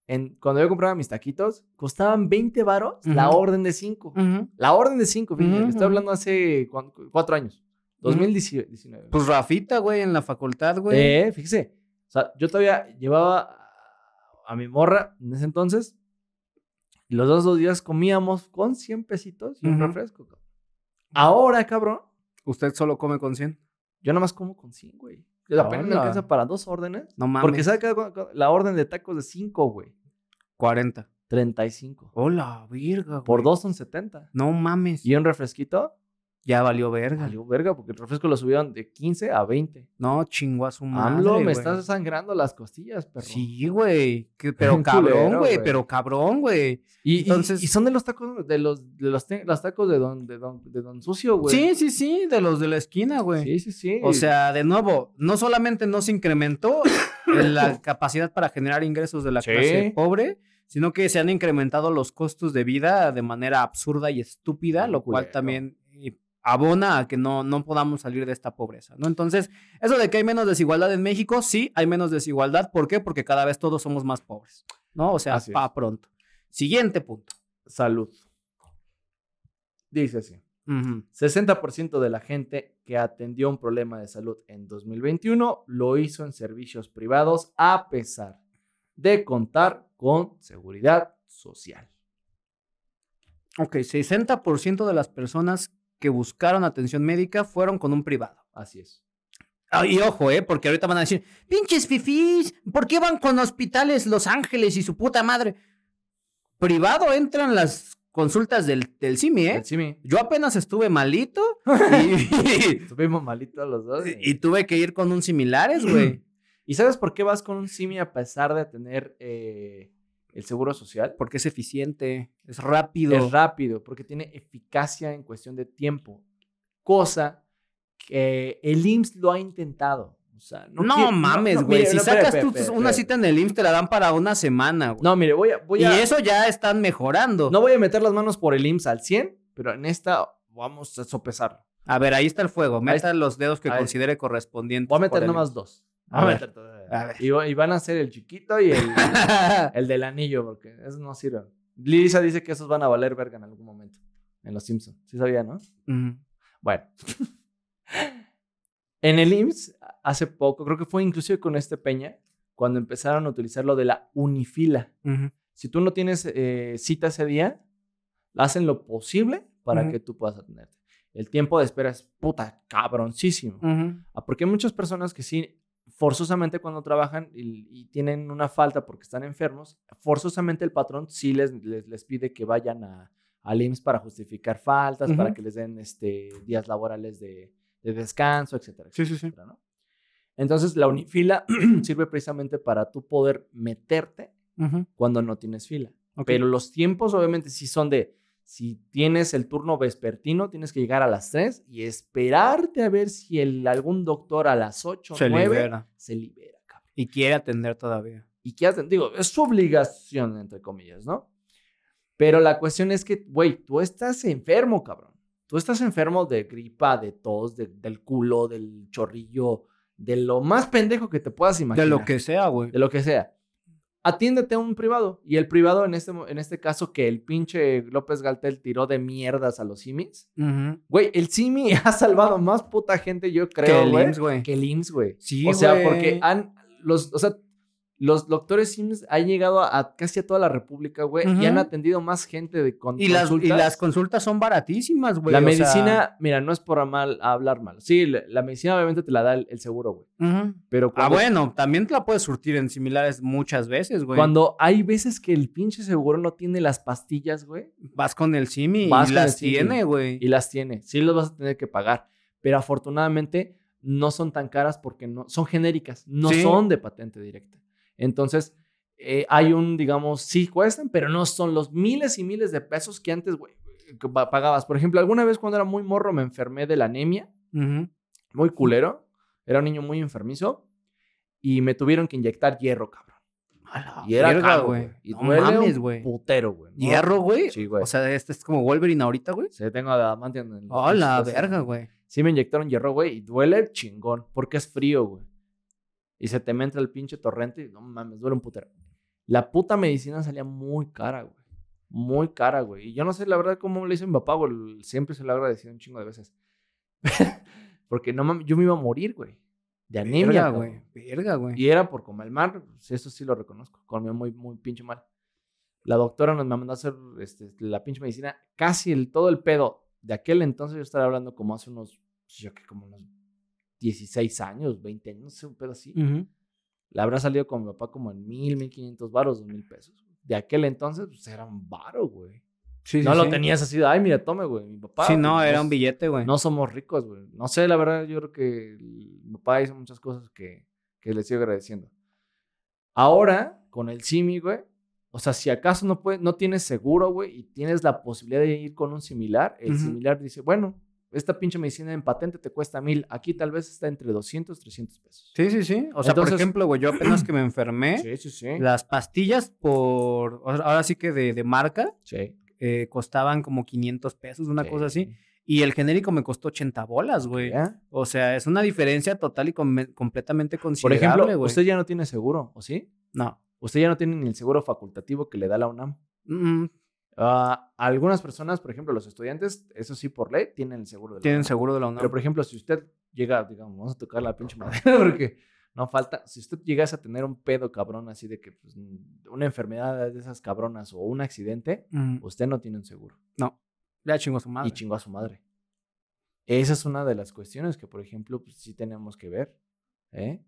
[SPEAKER 4] en, cuando yo compraba mis taquitos, costaban 20 varos la
[SPEAKER 3] Ujú.
[SPEAKER 4] orden de 5.
[SPEAKER 3] Ujú.
[SPEAKER 4] La orden de 5, fíjate.
[SPEAKER 3] Ujú,
[SPEAKER 4] le Estoy
[SPEAKER 3] ujú.
[SPEAKER 4] hablando hace 4 años. 2019.
[SPEAKER 3] Pues Rafita, güey, en la facultad, güey.
[SPEAKER 4] Eh, fíjese. O sea, yo todavía llevaba a mi morra en ese entonces. y Los dos, dos días comíamos con 100 pesitos y un
[SPEAKER 3] Ujú.
[SPEAKER 4] refresco. cabrón. Ahora, cabrón,
[SPEAKER 3] Usted solo come con 100.
[SPEAKER 4] yo nada más como con 100, güey. La apenas me
[SPEAKER 3] Hola.
[SPEAKER 4] alcanza para dos órdenes.
[SPEAKER 3] No mames.
[SPEAKER 4] Porque saca la orden de tacos de 5, güey.
[SPEAKER 3] 40.
[SPEAKER 4] 35.
[SPEAKER 3] Hola, virga, güey.
[SPEAKER 4] Por dos son 70.
[SPEAKER 3] No mames.
[SPEAKER 4] Y un refresquito,
[SPEAKER 3] Ya valió verga.
[SPEAKER 4] valió verga, porque el refresco lo subieron de 15 a 20.
[SPEAKER 3] No, chingo a su madre.
[SPEAKER 4] AMLO, me
[SPEAKER 3] güey.
[SPEAKER 4] estás sangrando las costillas, perro.
[SPEAKER 3] Sí, güey. que- Pero
[SPEAKER 4] *laughs* Un
[SPEAKER 3] cabrón,
[SPEAKER 4] culero,
[SPEAKER 3] güey.
[SPEAKER 4] güey.
[SPEAKER 3] Pero cabrón, güey.
[SPEAKER 4] Y, y-
[SPEAKER 3] Entonces-
[SPEAKER 4] y son de los tacos, de los, de los, te- los tacos de don, de don, de don Sucio, güey.
[SPEAKER 3] Sí, sí, sí. De los de la esquina, güey.
[SPEAKER 4] sí, sí, sí.
[SPEAKER 3] O sea, de nuevo, no solamente no se incrementó la
[SPEAKER 4] *coughs*
[SPEAKER 3] capacidad para generar ingresos de la
[SPEAKER 4] Sí.
[SPEAKER 3] clase pobre, sino que se han incrementado los costos de vida de manera absurda y estúpida,
[SPEAKER 4] Bien
[SPEAKER 3] lo cual
[SPEAKER 4] culero.
[SPEAKER 3] también eh, abona a que no, no podamos salir de esta pobreza, ¿no? Entonces, eso de que hay menos desigualdad en México, sí, hay menos desigualdad. ¿Por qué? Porque cada vez todos somos más pobres, ¿no? O sea,
[SPEAKER 4] Así es.
[SPEAKER 3] pa' pronto. Siguiente punto.
[SPEAKER 4] salud. Dice así.
[SPEAKER 3] Ujú.
[SPEAKER 4] 60% de la gente que atendió un problema de salud en 2021 lo hizo en servicios privados a pesar de contar con seguridad social.
[SPEAKER 3] Ok, 60% de las personas que buscaron atención médica fueron con un privado.
[SPEAKER 4] Así es.
[SPEAKER 3] Ah, y ojo, ¿eh? Porque ahorita van a decir, pinches fifís, ¿por qué van con hospitales Los Ángeles y su puta madre? Privado entran las consultas del, del CIMI, ¿eh?
[SPEAKER 4] El Simi,
[SPEAKER 3] Yo apenas estuve malito
[SPEAKER 4] *laughs*
[SPEAKER 3] y, *laughs*
[SPEAKER 4] estuvimos malitos los dos.
[SPEAKER 3] y tuve que ir con un similares, güey.
[SPEAKER 4] ¿Y sabes por qué vas con un Simi a pesar de tener eh, el seguro social?
[SPEAKER 3] Porque es eficiente, es rápido.
[SPEAKER 4] Es rápido, porque tiene eficacia en cuestión de tiempo. Cosa que el IMSS lo ha intentado. O sea, no,
[SPEAKER 3] no
[SPEAKER 4] quiere-
[SPEAKER 3] mames,
[SPEAKER 4] no,
[SPEAKER 3] güey.
[SPEAKER 4] mire,
[SPEAKER 3] si
[SPEAKER 4] no, espera,
[SPEAKER 3] sacas
[SPEAKER 4] espera,
[SPEAKER 3] tú
[SPEAKER 4] espera,
[SPEAKER 3] una
[SPEAKER 4] espera.
[SPEAKER 3] cita en el IMSS, te la dan para una semana, güey.
[SPEAKER 4] No, mire, voy a. Voy
[SPEAKER 3] y
[SPEAKER 4] a
[SPEAKER 3] eso ya están mejorando.
[SPEAKER 4] No voy a meter las manos por el IMSS al 100, pero en esta vamos a sopesarlo.
[SPEAKER 3] A ver, ahí está el fuego. Meta los dedos que
[SPEAKER 4] ahí-
[SPEAKER 3] considere correspondientes.
[SPEAKER 4] Voy a
[SPEAKER 3] por
[SPEAKER 4] meter
[SPEAKER 3] el-
[SPEAKER 4] nomás dos.
[SPEAKER 3] A
[SPEAKER 4] Voy
[SPEAKER 3] ver,
[SPEAKER 4] meter todo.
[SPEAKER 3] a ver.
[SPEAKER 4] Y, va- y van a ser el chiquito
[SPEAKER 3] *laughs*
[SPEAKER 4] y el, el del anillo, porque esos no sirven. Lisa dice que esos van a valer verga en algún momento. En los Simpsons. Sí sabía, ¿no?
[SPEAKER 3] Ujú.
[SPEAKER 4] Bueno. *laughs* en el IMSS, hace poco, creo que fue inclusive con este Peña, cuando empezaron a utilizar lo de la unifila.
[SPEAKER 3] Ujú.
[SPEAKER 4] Si tú no tienes eh, cita ese día, hacen lo posible para
[SPEAKER 3] Ujú.
[SPEAKER 4] que tú puedas atenderte. El tiempo de espera es puta cabroncísimo.
[SPEAKER 3] Ujú.
[SPEAKER 4] Ah, Porque hay muchas personas que sí, forzosamente cuando trabajan y, y tienen una falta porque están enfermos, forzosamente el patrón sí les, les, les pide que vayan a, al IMSS para justificar faltas, para
[SPEAKER 3] Ujú.
[SPEAKER 4] que les den este, días laborales de, de descanso, etcétera.
[SPEAKER 3] Sí, sí, sí.
[SPEAKER 4] etcétera, ¿no? Entonces, la unifila *clears throat* sirve precisamente para tú poder meterte
[SPEAKER 3] Ujú.
[SPEAKER 4] cuando no tienes fila.
[SPEAKER 3] Ok.
[SPEAKER 4] Pero los tiempos obviamente sí son de, si tienes el turno vespertino, tienes que llegar a las 3 y esperarte a ver si el, algún doctor a las 8 o
[SPEAKER 3] se
[SPEAKER 4] 9
[SPEAKER 3] libera
[SPEAKER 4] se libera. cabrón.
[SPEAKER 3] y quiere atender todavía.
[SPEAKER 4] Y qué hacen, digo, es su obligación, entre comillas, ¿no? Pero la cuestión es que, güey, tú estás enfermo, cabrón. Tú estás enfermo de gripa, de tos, de- del culo, del chorrillo, de lo más pendejo que te puedas imaginar
[SPEAKER 3] De lo que sea, güey.
[SPEAKER 4] de lo que sea. Atiéndete a un privado. Y el privado, en este, mo- en este caso, que el pinche López Galtel tiró de mierdas a los simis.
[SPEAKER 3] Ujú.
[SPEAKER 4] Güey, el simi *laughs* ha salvado más puta gente, yo
[SPEAKER 3] Que
[SPEAKER 4] creo,
[SPEAKER 3] el
[SPEAKER 4] güey.
[SPEAKER 3] IMSS, güey.
[SPEAKER 4] Que el IMSS, güey.
[SPEAKER 3] Sí,
[SPEAKER 4] o sea,
[SPEAKER 3] güey.
[SPEAKER 4] porque han. Los, o sea, Los doctores Sims han llegado a, a casi a toda la República, güey, y
[SPEAKER 3] Ujú.
[SPEAKER 4] han atendido más gente de con-
[SPEAKER 3] Y las, y
[SPEAKER 4] consultas.
[SPEAKER 3] las consultas son baratísimas, güey.
[SPEAKER 4] La
[SPEAKER 3] o sea,
[SPEAKER 4] medicina, mira, no es por mal, hablar mal. Sí, la, la medicina obviamente te la da el, el seguro, güey.
[SPEAKER 3] ujú.
[SPEAKER 4] Pero
[SPEAKER 3] Ah,
[SPEAKER 4] cuando,
[SPEAKER 3] bueno, también te la puedes surtir en similares muchas veces, güey.
[SPEAKER 4] cuando hay veces que el pinche seguro no tiene las pastillas, güey,
[SPEAKER 3] vas con el Simi
[SPEAKER 4] Vas
[SPEAKER 3] y
[SPEAKER 4] con el
[SPEAKER 3] las
[SPEAKER 4] Simi.
[SPEAKER 3] tiene, güey.
[SPEAKER 4] y las tiene, sí las vas a tener que pagar. Pero afortunadamente no son tan caras porque no, son genéricas, no
[SPEAKER 3] Sí.
[SPEAKER 4] son de patente directa. Entonces, eh, hay un, digamos, sí cuestan, pero no son los miles y miles de pesos que antes, güey, que pa- pagabas. Por ejemplo, alguna vez cuando era muy morro me enfermé de la anemia.
[SPEAKER 3] Ujú.
[SPEAKER 4] muy culero. Era un niño muy enfermizo. Y me tuvieron que inyectar hierro, cabrón.
[SPEAKER 3] A la
[SPEAKER 4] Y era
[SPEAKER 3] Ah, verga,
[SPEAKER 4] caro,
[SPEAKER 3] güey.
[SPEAKER 4] güey. Y
[SPEAKER 3] No
[SPEAKER 4] duele un
[SPEAKER 3] mames, güey.
[SPEAKER 4] Putero, güey. ¿no?
[SPEAKER 3] ¿Hierro, güey?
[SPEAKER 4] Sí, güey.
[SPEAKER 3] O sea, este es como Wolverine ahorita, güey.
[SPEAKER 4] Sí, este tengo adamante en el.
[SPEAKER 3] A la
[SPEAKER 4] sí,
[SPEAKER 3] verga, güey.
[SPEAKER 4] Sí, me inyectaron hierro, güey. Y duele chingón. Porque es frío, güey. Y se te me entra el pinche torrente. Y no mames, duele un putero. La puta medicina salía muy cara, güey. Muy cara, güey. Y yo no sé, la verdad, cómo le hice a mi papá, güey. Siempre se lo agradecí un chingo de veces. *laughs* porque no mames, yo me iba a morir, güey. De anemia,
[SPEAKER 3] Verga,
[SPEAKER 4] cabrón.
[SPEAKER 3] güey. Verga, güey.
[SPEAKER 4] Y era por comer mal, pues, eso sí lo reconozco. Comía muy, muy pinche mal. La doctora nos mandó a hacer este, la pinche medicina. Casi el, todo el pedo de aquel entonces, yo estaba hablando como hace unos, pues, yo que como unos 16 años, 20 años, no sé, un pedo así.
[SPEAKER 3] Ujú.
[SPEAKER 4] Le habrá salido con mi papá como en mil, mil quinientos varos, dos mil pesos. De aquel entonces, pues eran varos, güey.
[SPEAKER 3] Sí,
[SPEAKER 4] no
[SPEAKER 3] sí,
[SPEAKER 4] lo
[SPEAKER 3] sí.
[SPEAKER 4] tenías así, de, ay, mira, tome, güey. Mi papá.
[SPEAKER 3] Sí,
[SPEAKER 4] pues,
[SPEAKER 3] no, era
[SPEAKER 4] nos-
[SPEAKER 3] un billete, güey.
[SPEAKER 4] no somos ricos, güey. No sé, la verdad, yo creo que el- mi papá hizo muchas cosas que, que le sigo agradeciendo. Ahora, con el Simi, güey, o sea, si acaso no, puede, no tienes seguro, güey, y tienes la posibilidad de ir con un similar, el
[SPEAKER 3] Ujú.
[SPEAKER 4] similar dice, bueno, esta pinche medicina en patente te cuesta mil, aquí tal vez está entre 200, 300 pesos.
[SPEAKER 3] Sí, sí, sí. O sea,
[SPEAKER 4] Entonces-
[SPEAKER 3] por ejemplo, güey, yo apenas *clears throat* que me enfermé,
[SPEAKER 4] sí, sí. Sí.
[SPEAKER 3] las pastillas por. o- Ahora sí que de, de marca
[SPEAKER 4] Sí,
[SPEAKER 3] eh, costaban como 500 pesos, una
[SPEAKER 4] sí.
[SPEAKER 3] cosa así. Y el genérico me costó 80 bolas, güey.
[SPEAKER 4] ¿Ya?
[SPEAKER 3] O sea, es una diferencia total y com- completamente
[SPEAKER 4] Por
[SPEAKER 3] considerable,
[SPEAKER 4] ejemplo,
[SPEAKER 3] güey.
[SPEAKER 4] usted ya no tiene seguro, ¿o sí?
[SPEAKER 3] No.
[SPEAKER 4] Usted ya no tiene ni el seguro facultativo que le da la UNAM.
[SPEAKER 3] Mm,
[SPEAKER 4] Ah, algunas personas, por ejemplo, los estudiantes, eso sí por ley, tienen el seguro de la
[SPEAKER 3] tienen
[SPEAKER 4] UNAM.
[SPEAKER 3] seguro de la UNAM.
[SPEAKER 4] Pero, por ejemplo, si usted llega, digamos, vamos a tocar la pinche madera *laughs* porque no falta. Si usted llegase a tener un pedo cabrón así de que pues, una enfermedad de esas cabronas o un accidente,
[SPEAKER 3] Mm,
[SPEAKER 4] usted no tiene un seguro.
[SPEAKER 3] ya chingó su madre.
[SPEAKER 4] Y chingó a su madre. Esa es una de las cuestiones que, por ejemplo, pues, sí tenemos que ver. ¿eh?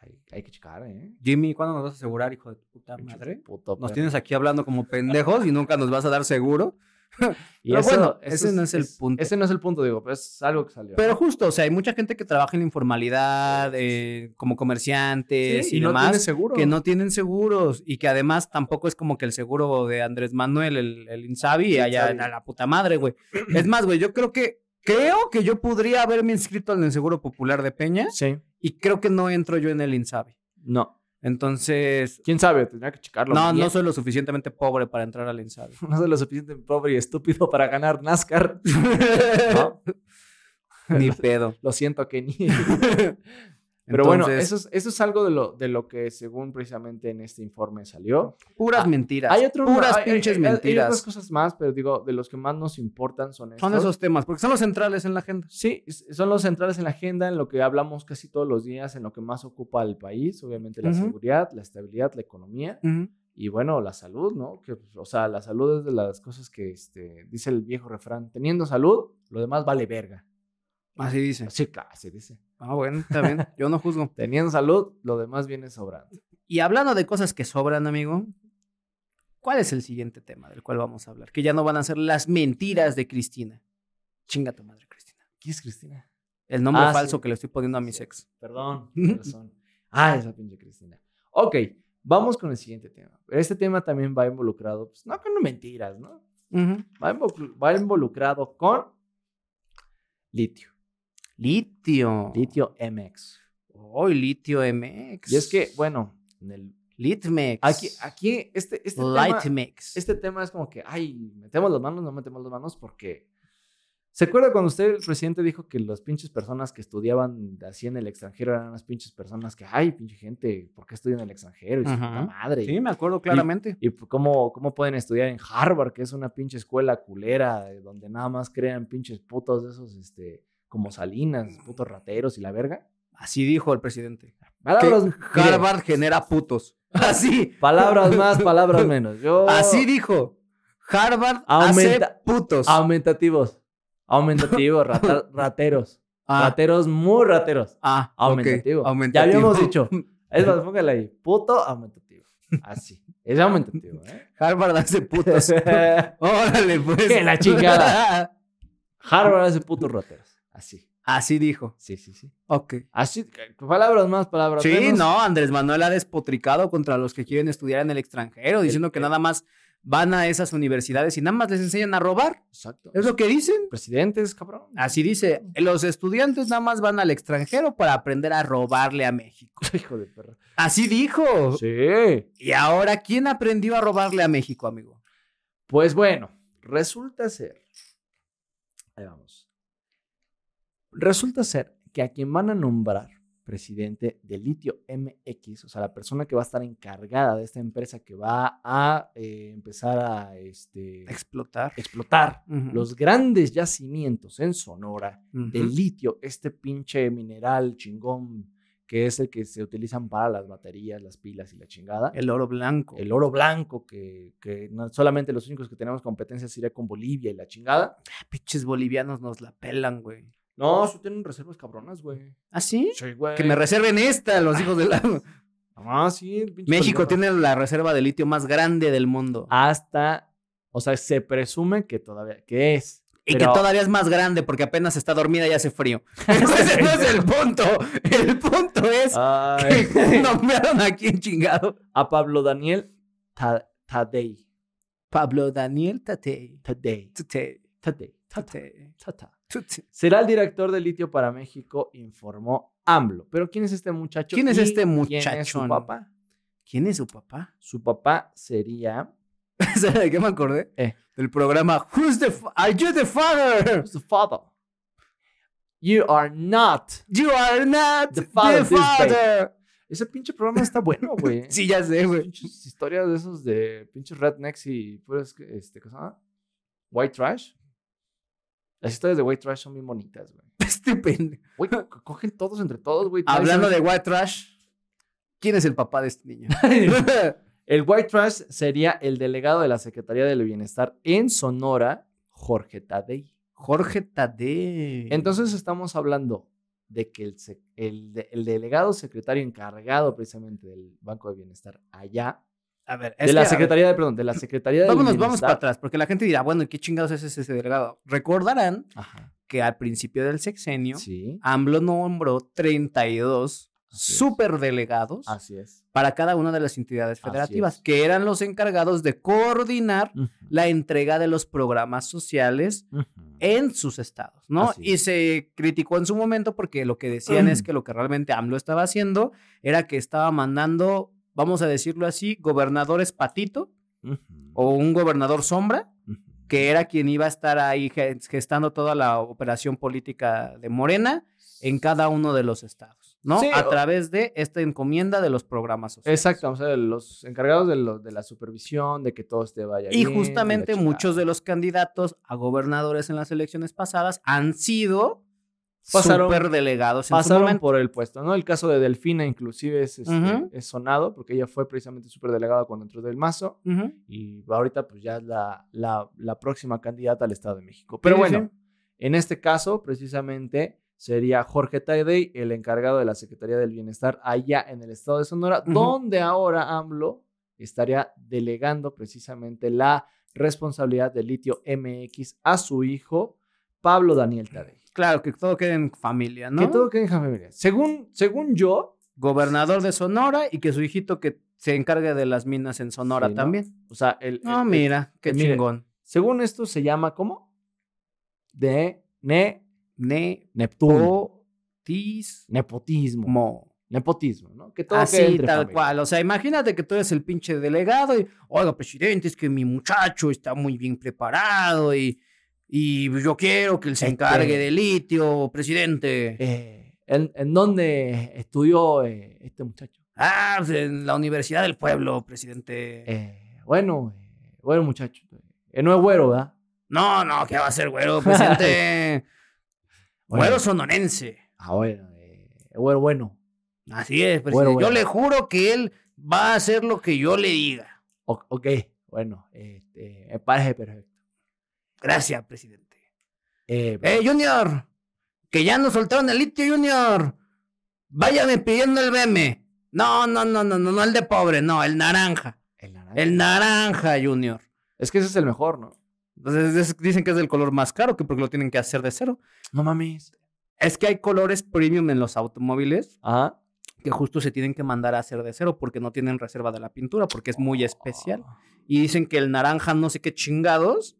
[SPEAKER 4] Hay, hay que checar, ¿eh?
[SPEAKER 3] Jimmy, ¿cuándo nos vas a asegurar, hijo de tu puta
[SPEAKER 4] Pinche
[SPEAKER 3] madre?
[SPEAKER 4] puto
[SPEAKER 3] Nos
[SPEAKER 4] perro.
[SPEAKER 3] tienes aquí hablando como pendejos y nunca nos vas a dar seguro.
[SPEAKER 4] Y
[SPEAKER 3] Pero
[SPEAKER 4] eso-
[SPEAKER 3] bueno,
[SPEAKER 4] eso
[SPEAKER 3] ese no es el punto.
[SPEAKER 4] Ese no es el punto, digo, pero es algo que salió.
[SPEAKER 3] Pero
[SPEAKER 4] ¿no?
[SPEAKER 3] justo, o sea, hay mucha gente que trabaja en la informalidad, eh, como comerciantes
[SPEAKER 4] Sí,
[SPEAKER 3] y,
[SPEAKER 4] y no
[SPEAKER 3] demás,
[SPEAKER 4] tiene seguro.
[SPEAKER 3] que no tienen seguros y que además tampoco es como que el seguro de Andrés Manuel, el, el Insabi,
[SPEAKER 4] El
[SPEAKER 3] allá
[SPEAKER 4] Insabi.
[SPEAKER 3] a la puta madre, güey. es más, güey, yo creo que, creo que yo podría haberme inscrito en el Seguro Popular de Peña
[SPEAKER 4] Sí.
[SPEAKER 3] y creo que no entro yo en el Insabi.
[SPEAKER 4] No.
[SPEAKER 3] Entonces,
[SPEAKER 4] ¿Quién sabe? Tendría que checarlo.
[SPEAKER 3] no,
[SPEAKER 4] bien.
[SPEAKER 3] no soy *laughs* lo suficientemente pobre para entrar al
[SPEAKER 4] *laughs*
[SPEAKER 3] Insabi.
[SPEAKER 4] no soy lo suficiente pobre y estúpido para ganar NASCAR. ¿no?
[SPEAKER 3] Ni pedo.
[SPEAKER 4] Lo siento, Kenny. *laughs* Pero bueno,
[SPEAKER 3] Entonces,
[SPEAKER 4] eso es, eso es algo de lo, de lo que según precisamente en este informe salió.
[SPEAKER 3] puras
[SPEAKER 4] Ah,
[SPEAKER 3] mentiras.
[SPEAKER 4] Hay otro,
[SPEAKER 3] puras
[SPEAKER 4] hay- hay-
[SPEAKER 3] pinches
[SPEAKER 4] hay- Hay otras
[SPEAKER 3] mentiras.
[SPEAKER 4] cosas más, pero digo, de los que más nos importan son estos.
[SPEAKER 3] Son esos temas, porque son los centrales en la agenda.
[SPEAKER 4] Sí, es- son los centrales en la agenda, en lo que hablamos casi todos los días, en lo que más ocupa el país, obviamente la
[SPEAKER 3] Ujú.
[SPEAKER 4] seguridad, la estabilidad, la economía. Y bueno, la salud, ¿no? Que, pues, o sea, la salud es de las cosas que este, dice el viejo refrán. Teniendo salud, lo demás vale verga.
[SPEAKER 3] Así dice.
[SPEAKER 4] Sí, claro, se dice.
[SPEAKER 3] Ah, bueno, está bien. *laughs* Yo no juzgo.
[SPEAKER 4] Teniendo salud, lo demás viene sobrando.
[SPEAKER 3] Y hablando de cosas que sobran, amigo, ¿cuál es el siguiente tema del cual vamos a hablar? Que ya no van a ser las mentiras de Cristina. Chinga tu madre, Cristina.
[SPEAKER 4] ¿Quién es Cristina?
[SPEAKER 3] El nombre
[SPEAKER 4] Ah,
[SPEAKER 3] falso
[SPEAKER 4] sí.
[SPEAKER 3] que le estoy poniendo a mis
[SPEAKER 4] Sí.
[SPEAKER 3] ex.
[SPEAKER 4] Perdón, *laughs* tienes razón. Ah, esa pinche Cristina. Ok, vamos con el siguiente tema. Este tema también va involucrado, pues, no con mentiras, ¿no?
[SPEAKER 3] Ujú.
[SPEAKER 4] Va, involuc- va involucrado con litio.
[SPEAKER 3] Litio.
[SPEAKER 4] Litio MX.
[SPEAKER 3] Oh, litio MX.
[SPEAKER 4] Y es que, bueno, en el-
[SPEAKER 3] Litmex.
[SPEAKER 4] aquí, aquí, este, este tema...
[SPEAKER 3] Lightmex.
[SPEAKER 4] este tema es como que, ay, metemos las manos, no metemos las manos, porque. ¿Se acuerda cuando usted reciente dijo que las pinches personas que estudiaban así en el extranjero eran las pinches personas que, ay, pinche gente, ¿por qué estudian en el extranjero? Y su puta
[SPEAKER 3] Ajá.
[SPEAKER 4] madre.
[SPEAKER 3] Sí, me acuerdo claramente.
[SPEAKER 4] ¿Y p- cómo, cómo pueden estudiar en Harvard, que es una pinche escuela culera, eh, donde nada más crean pinches putos de esos, este, como salinas, putos rateros y la verga?
[SPEAKER 3] Así dijo el presidente. Que
[SPEAKER 4] Palabras, mire,
[SPEAKER 3] Harvard genera putos. *laughs* Así.
[SPEAKER 4] palabras más, palabras menos. Yo,
[SPEAKER 3] Así dijo. Harvard hace
[SPEAKER 4] Aumenta-
[SPEAKER 3] putos.
[SPEAKER 4] Aumentativos. Aumentativos, rata- rateros.
[SPEAKER 3] Ah,
[SPEAKER 4] Rateros, muy rateros.
[SPEAKER 3] ah, ok,
[SPEAKER 4] Aumentativo.
[SPEAKER 3] aumentativo.
[SPEAKER 4] Ya
[SPEAKER 3] *laughs*
[SPEAKER 4] habíamos dicho. Es más, póngale ahí. Puto aumentativo. Así. Es aumentativo, ¿eh?
[SPEAKER 3] Harvard hace
[SPEAKER 4] *laughs*
[SPEAKER 3] putos. *laughs* Órale, pues.
[SPEAKER 4] Que la chingada. Harvard hace putos rateros. Así.
[SPEAKER 3] *laughs* Así dijo.
[SPEAKER 4] Sí, sí, sí.
[SPEAKER 3] Ok.
[SPEAKER 4] Así. Palabras más, palabras menos.
[SPEAKER 3] Sí, no, Andrés Manuel ha despotricado contra los que quieren estudiar en el extranjero, diciendo que nada más van a esas universidades y nada más les enseñan a robar.
[SPEAKER 4] Exacto.
[SPEAKER 3] Es lo que dicen.
[SPEAKER 4] Presidentes, cabrón.
[SPEAKER 3] Así dice, los estudiantes nada más van al extranjero para aprender a robarle a México.
[SPEAKER 4] *laughs* Hijo de perra.
[SPEAKER 3] Así dijo.
[SPEAKER 4] Sí.
[SPEAKER 3] Y ahora, ¿quién aprendió a robarle a México, amigo?
[SPEAKER 4] Pues bueno, resulta ser. Ahí vamos. Resulta ser que a quien van a nombrar presidente de Litio MX, o sea, la persona que va a estar encargada de esta empresa que va a eh, empezar a este,
[SPEAKER 3] Explotar.
[SPEAKER 4] explotar
[SPEAKER 3] Ujú.
[SPEAKER 4] los grandes yacimientos en Sonora
[SPEAKER 3] Ujú.
[SPEAKER 4] de litio, este pinche mineral chingón que es el que se utilizan para las baterías, las pilas y la chingada
[SPEAKER 3] El oro blanco.
[SPEAKER 4] el oro blanco, que, que no- solamente los únicos que tenemos competencia sería con Bolivia y la chingada.
[SPEAKER 3] Pinches bolivianos nos la pelan, güey.
[SPEAKER 4] No, sí tienen reservas cabronas, güey.
[SPEAKER 3] ¿Ah, sí?
[SPEAKER 4] Sí, güey.
[SPEAKER 3] Que me reserven esta, los hijos *laughs* de la...
[SPEAKER 4] Ah, sí. el pinche
[SPEAKER 3] México
[SPEAKER 4] peligro.
[SPEAKER 3] tiene la Ah, reserva de litio más grande del mundo.
[SPEAKER 4] Hasta, o sea, se presume que todavía, que es.
[SPEAKER 3] Y
[SPEAKER 4] pero-
[SPEAKER 3] que todavía es más grande porque apenas está dormida y hace frío. *laughs* Ese no es el punto. El punto es
[SPEAKER 4] Ay,
[SPEAKER 3] *laughs* que nombraron a quién chingado.
[SPEAKER 4] a Pablo Daniel Ta- Tadei.
[SPEAKER 3] Pablo Daniel Tate.
[SPEAKER 4] Tadei.
[SPEAKER 3] Tate.
[SPEAKER 4] Tadei. Tata.
[SPEAKER 3] Tate.
[SPEAKER 4] Tata.
[SPEAKER 3] Tate.
[SPEAKER 4] Será el director de litio para México, informó AMLO. Pero ¿quién es este muchacho?
[SPEAKER 3] ¿Quién es
[SPEAKER 4] y
[SPEAKER 3] este
[SPEAKER 4] ¿Quién es su
[SPEAKER 3] muchachón?
[SPEAKER 4] papá?
[SPEAKER 3] ¿Quién es su *laughs* papá?
[SPEAKER 4] Su papá sería.
[SPEAKER 3] ¿Sabes de qué me acordé?
[SPEAKER 4] Eh.
[SPEAKER 3] Del programa Who's the F- Are You the Father?
[SPEAKER 4] Who's the father? You are not.
[SPEAKER 3] You are not
[SPEAKER 4] The
[SPEAKER 3] the
[SPEAKER 4] father
[SPEAKER 3] father.
[SPEAKER 4] this day. Ese pinche programa
[SPEAKER 3] *laughs*
[SPEAKER 4] está bueno, güey.
[SPEAKER 3] Sí, ya sé, güey. *laughs*
[SPEAKER 4] Pinches historias de esos de pinches rednecks y puras, que- este, ¿qué se llama? White trash. Las historias de white trash son bien bonitas, güey.
[SPEAKER 3] Este pendejo.
[SPEAKER 4] Güey, co- co- cogen todos entre todos, güey.
[SPEAKER 3] Hablando de
[SPEAKER 4] Nadie
[SPEAKER 3] White Trash, ¿quién es el papá de este *laughs* niño?
[SPEAKER 4] sabe- El white trash sería el delegado de la Secretaría del Bienestar en Sonora, Jorge Tadei.
[SPEAKER 3] Jorge Tadei.
[SPEAKER 4] Entonces estamos hablando de que el, sec- el de- el delegado secretario encargado precisamente del Banco de Bienestar allá,
[SPEAKER 3] a ver,
[SPEAKER 4] de
[SPEAKER 3] es
[SPEAKER 4] la
[SPEAKER 3] que, a ver,
[SPEAKER 4] Secretaría de, perdón, de la Secretaría del
[SPEAKER 3] Vámonos, vamos para
[SPEAKER 4] Bienestar.
[SPEAKER 3] atrás, porque la gente dirá, bueno, ¿y ¿qué chingados es ese, ese delegado? Recordarán
[SPEAKER 4] Ajá,
[SPEAKER 3] que al principio del sexenio,
[SPEAKER 4] Sí,
[SPEAKER 3] AMLO nombró 32
[SPEAKER 4] Así es.
[SPEAKER 3] superdelegados
[SPEAKER 4] así es.
[SPEAKER 3] para cada una de las entidades
[SPEAKER 4] Así
[SPEAKER 3] federativas,
[SPEAKER 4] es.
[SPEAKER 3] que eran los encargados de coordinar
[SPEAKER 4] Ujú,
[SPEAKER 3] la entrega de los programas sociales
[SPEAKER 4] ujú.
[SPEAKER 3] en sus estados, ¿no?
[SPEAKER 4] Así
[SPEAKER 3] y
[SPEAKER 4] es.
[SPEAKER 3] se criticó en su momento porque lo que decían
[SPEAKER 4] *clears throat*
[SPEAKER 3] es que lo que realmente AMLO estaba haciendo era que estaba mandando, vamos a decirlo así, gobernadores patito
[SPEAKER 4] Ujú,
[SPEAKER 3] o un gobernador sombra,
[SPEAKER 4] ujú.
[SPEAKER 3] que era quien iba a estar ahí ge- gestando toda la operación política de Morena en cada uno de los estados, ¿no?
[SPEAKER 4] Sí,
[SPEAKER 3] a
[SPEAKER 4] o-
[SPEAKER 3] través de esta encomienda de los programas sociales.
[SPEAKER 4] Exacto, o sea, los encargados de, lo- de la supervisión, de que todo esté vaya
[SPEAKER 3] Y
[SPEAKER 4] bien. la
[SPEAKER 3] justamente
[SPEAKER 4] chingada.
[SPEAKER 3] muchos de los candidatos a gobernadores en las elecciones pasadas han sido
[SPEAKER 4] Pasaron-
[SPEAKER 3] superdelegados en su
[SPEAKER 4] pasaron
[SPEAKER 3] momento.
[SPEAKER 4] por el puesto, ¿no? El caso de Delfina inclusive es, este,
[SPEAKER 3] Ujú.
[SPEAKER 4] es sonado porque ella fue precisamente superdelegada cuando entró del mazo.
[SPEAKER 3] Ujú.
[SPEAKER 4] y ahorita pues ya es la, la, la próxima candidata al Estado de México. Pero
[SPEAKER 3] sí,
[SPEAKER 4] bueno, en este caso precisamente sería Jorge Taidey, el encargado de la Secretaría del Bienestar allá en el Estado de Sonora,
[SPEAKER 3] Ujú.
[SPEAKER 4] donde ahora AMLO estaría delegando precisamente la responsabilidad del litio MX a su hijo Pablo Daniel Taddei.
[SPEAKER 3] Claro, que todo quede en familia, ¿no?
[SPEAKER 4] Que todo quede en familia. Según, según yo,
[SPEAKER 3] Gobernador de Sonora y que su hijito que se encargue de las minas en Sonora
[SPEAKER 4] Sí, ¿no?
[SPEAKER 3] también.
[SPEAKER 4] o sea, el,
[SPEAKER 3] No,
[SPEAKER 4] el- el-
[SPEAKER 3] mira, qué
[SPEAKER 4] que mire.
[SPEAKER 3] chingón.
[SPEAKER 4] según esto se llama ¿cómo? De ne,
[SPEAKER 3] Ne
[SPEAKER 4] Neptuno. Nepotismo.
[SPEAKER 3] Mo.
[SPEAKER 4] Nepotismo, ¿no? Que todo quede
[SPEAKER 3] Así,
[SPEAKER 4] entre
[SPEAKER 3] tal
[SPEAKER 4] familia.
[SPEAKER 3] cual. O sea, imagínate que tú eres el pinche delegado y, oiga, presidente, es que mi muchacho está muy bien preparado y, y yo quiero que él se
[SPEAKER 4] Este-
[SPEAKER 3] encargue de litio, presidente.
[SPEAKER 4] Eh, ¿en, en dónde estudió eh, este muchacho?
[SPEAKER 3] Ah, pues, en la Universidad del Pueblo, presidente.
[SPEAKER 4] Eh, bueno, eh, bueno, muchacho. Eh, no es güero, ¿verdad?
[SPEAKER 3] No, no,
[SPEAKER 4] *laughs*
[SPEAKER 3] ¿qué va a ser, güero, presidente?
[SPEAKER 4] Bueno,
[SPEAKER 3] Güero sonorense.
[SPEAKER 4] Ah, bueno. eh, Bueno, bueno.
[SPEAKER 3] Así es, presidente.
[SPEAKER 4] Bueno, bueno.
[SPEAKER 3] Yo le juro que él va a hacer lo que yo le diga.
[SPEAKER 4] O- ok, bueno. Este, me parece perfecto.
[SPEAKER 3] Gracias, presidente.
[SPEAKER 4] Eh,
[SPEAKER 3] Eh, Junior, que ya nos soltaron el litio, Junior. Váyame pidiendo el BM. No, no, no, no, no, no el de pobre, no, el naranja.
[SPEAKER 4] el naranja.
[SPEAKER 3] El naranja, Junior.
[SPEAKER 4] Es que ese es el mejor, ¿no?
[SPEAKER 3] Entonces es- dicen que es el color más caro, que porque lo tienen que hacer de cero.
[SPEAKER 4] No mames.
[SPEAKER 3] Es que hay colores premium en los automóviles
[SPEAKER 4] Ajá.
[SPEAKER 3] que justo se tienen que mandar a hacer de cero porque no tienen reserva de la pintura, porque es muy especial.
[SPEAKER 4] Oh.
[SPEAKER 3] Y dicen que el naranja, no sé qué chingados,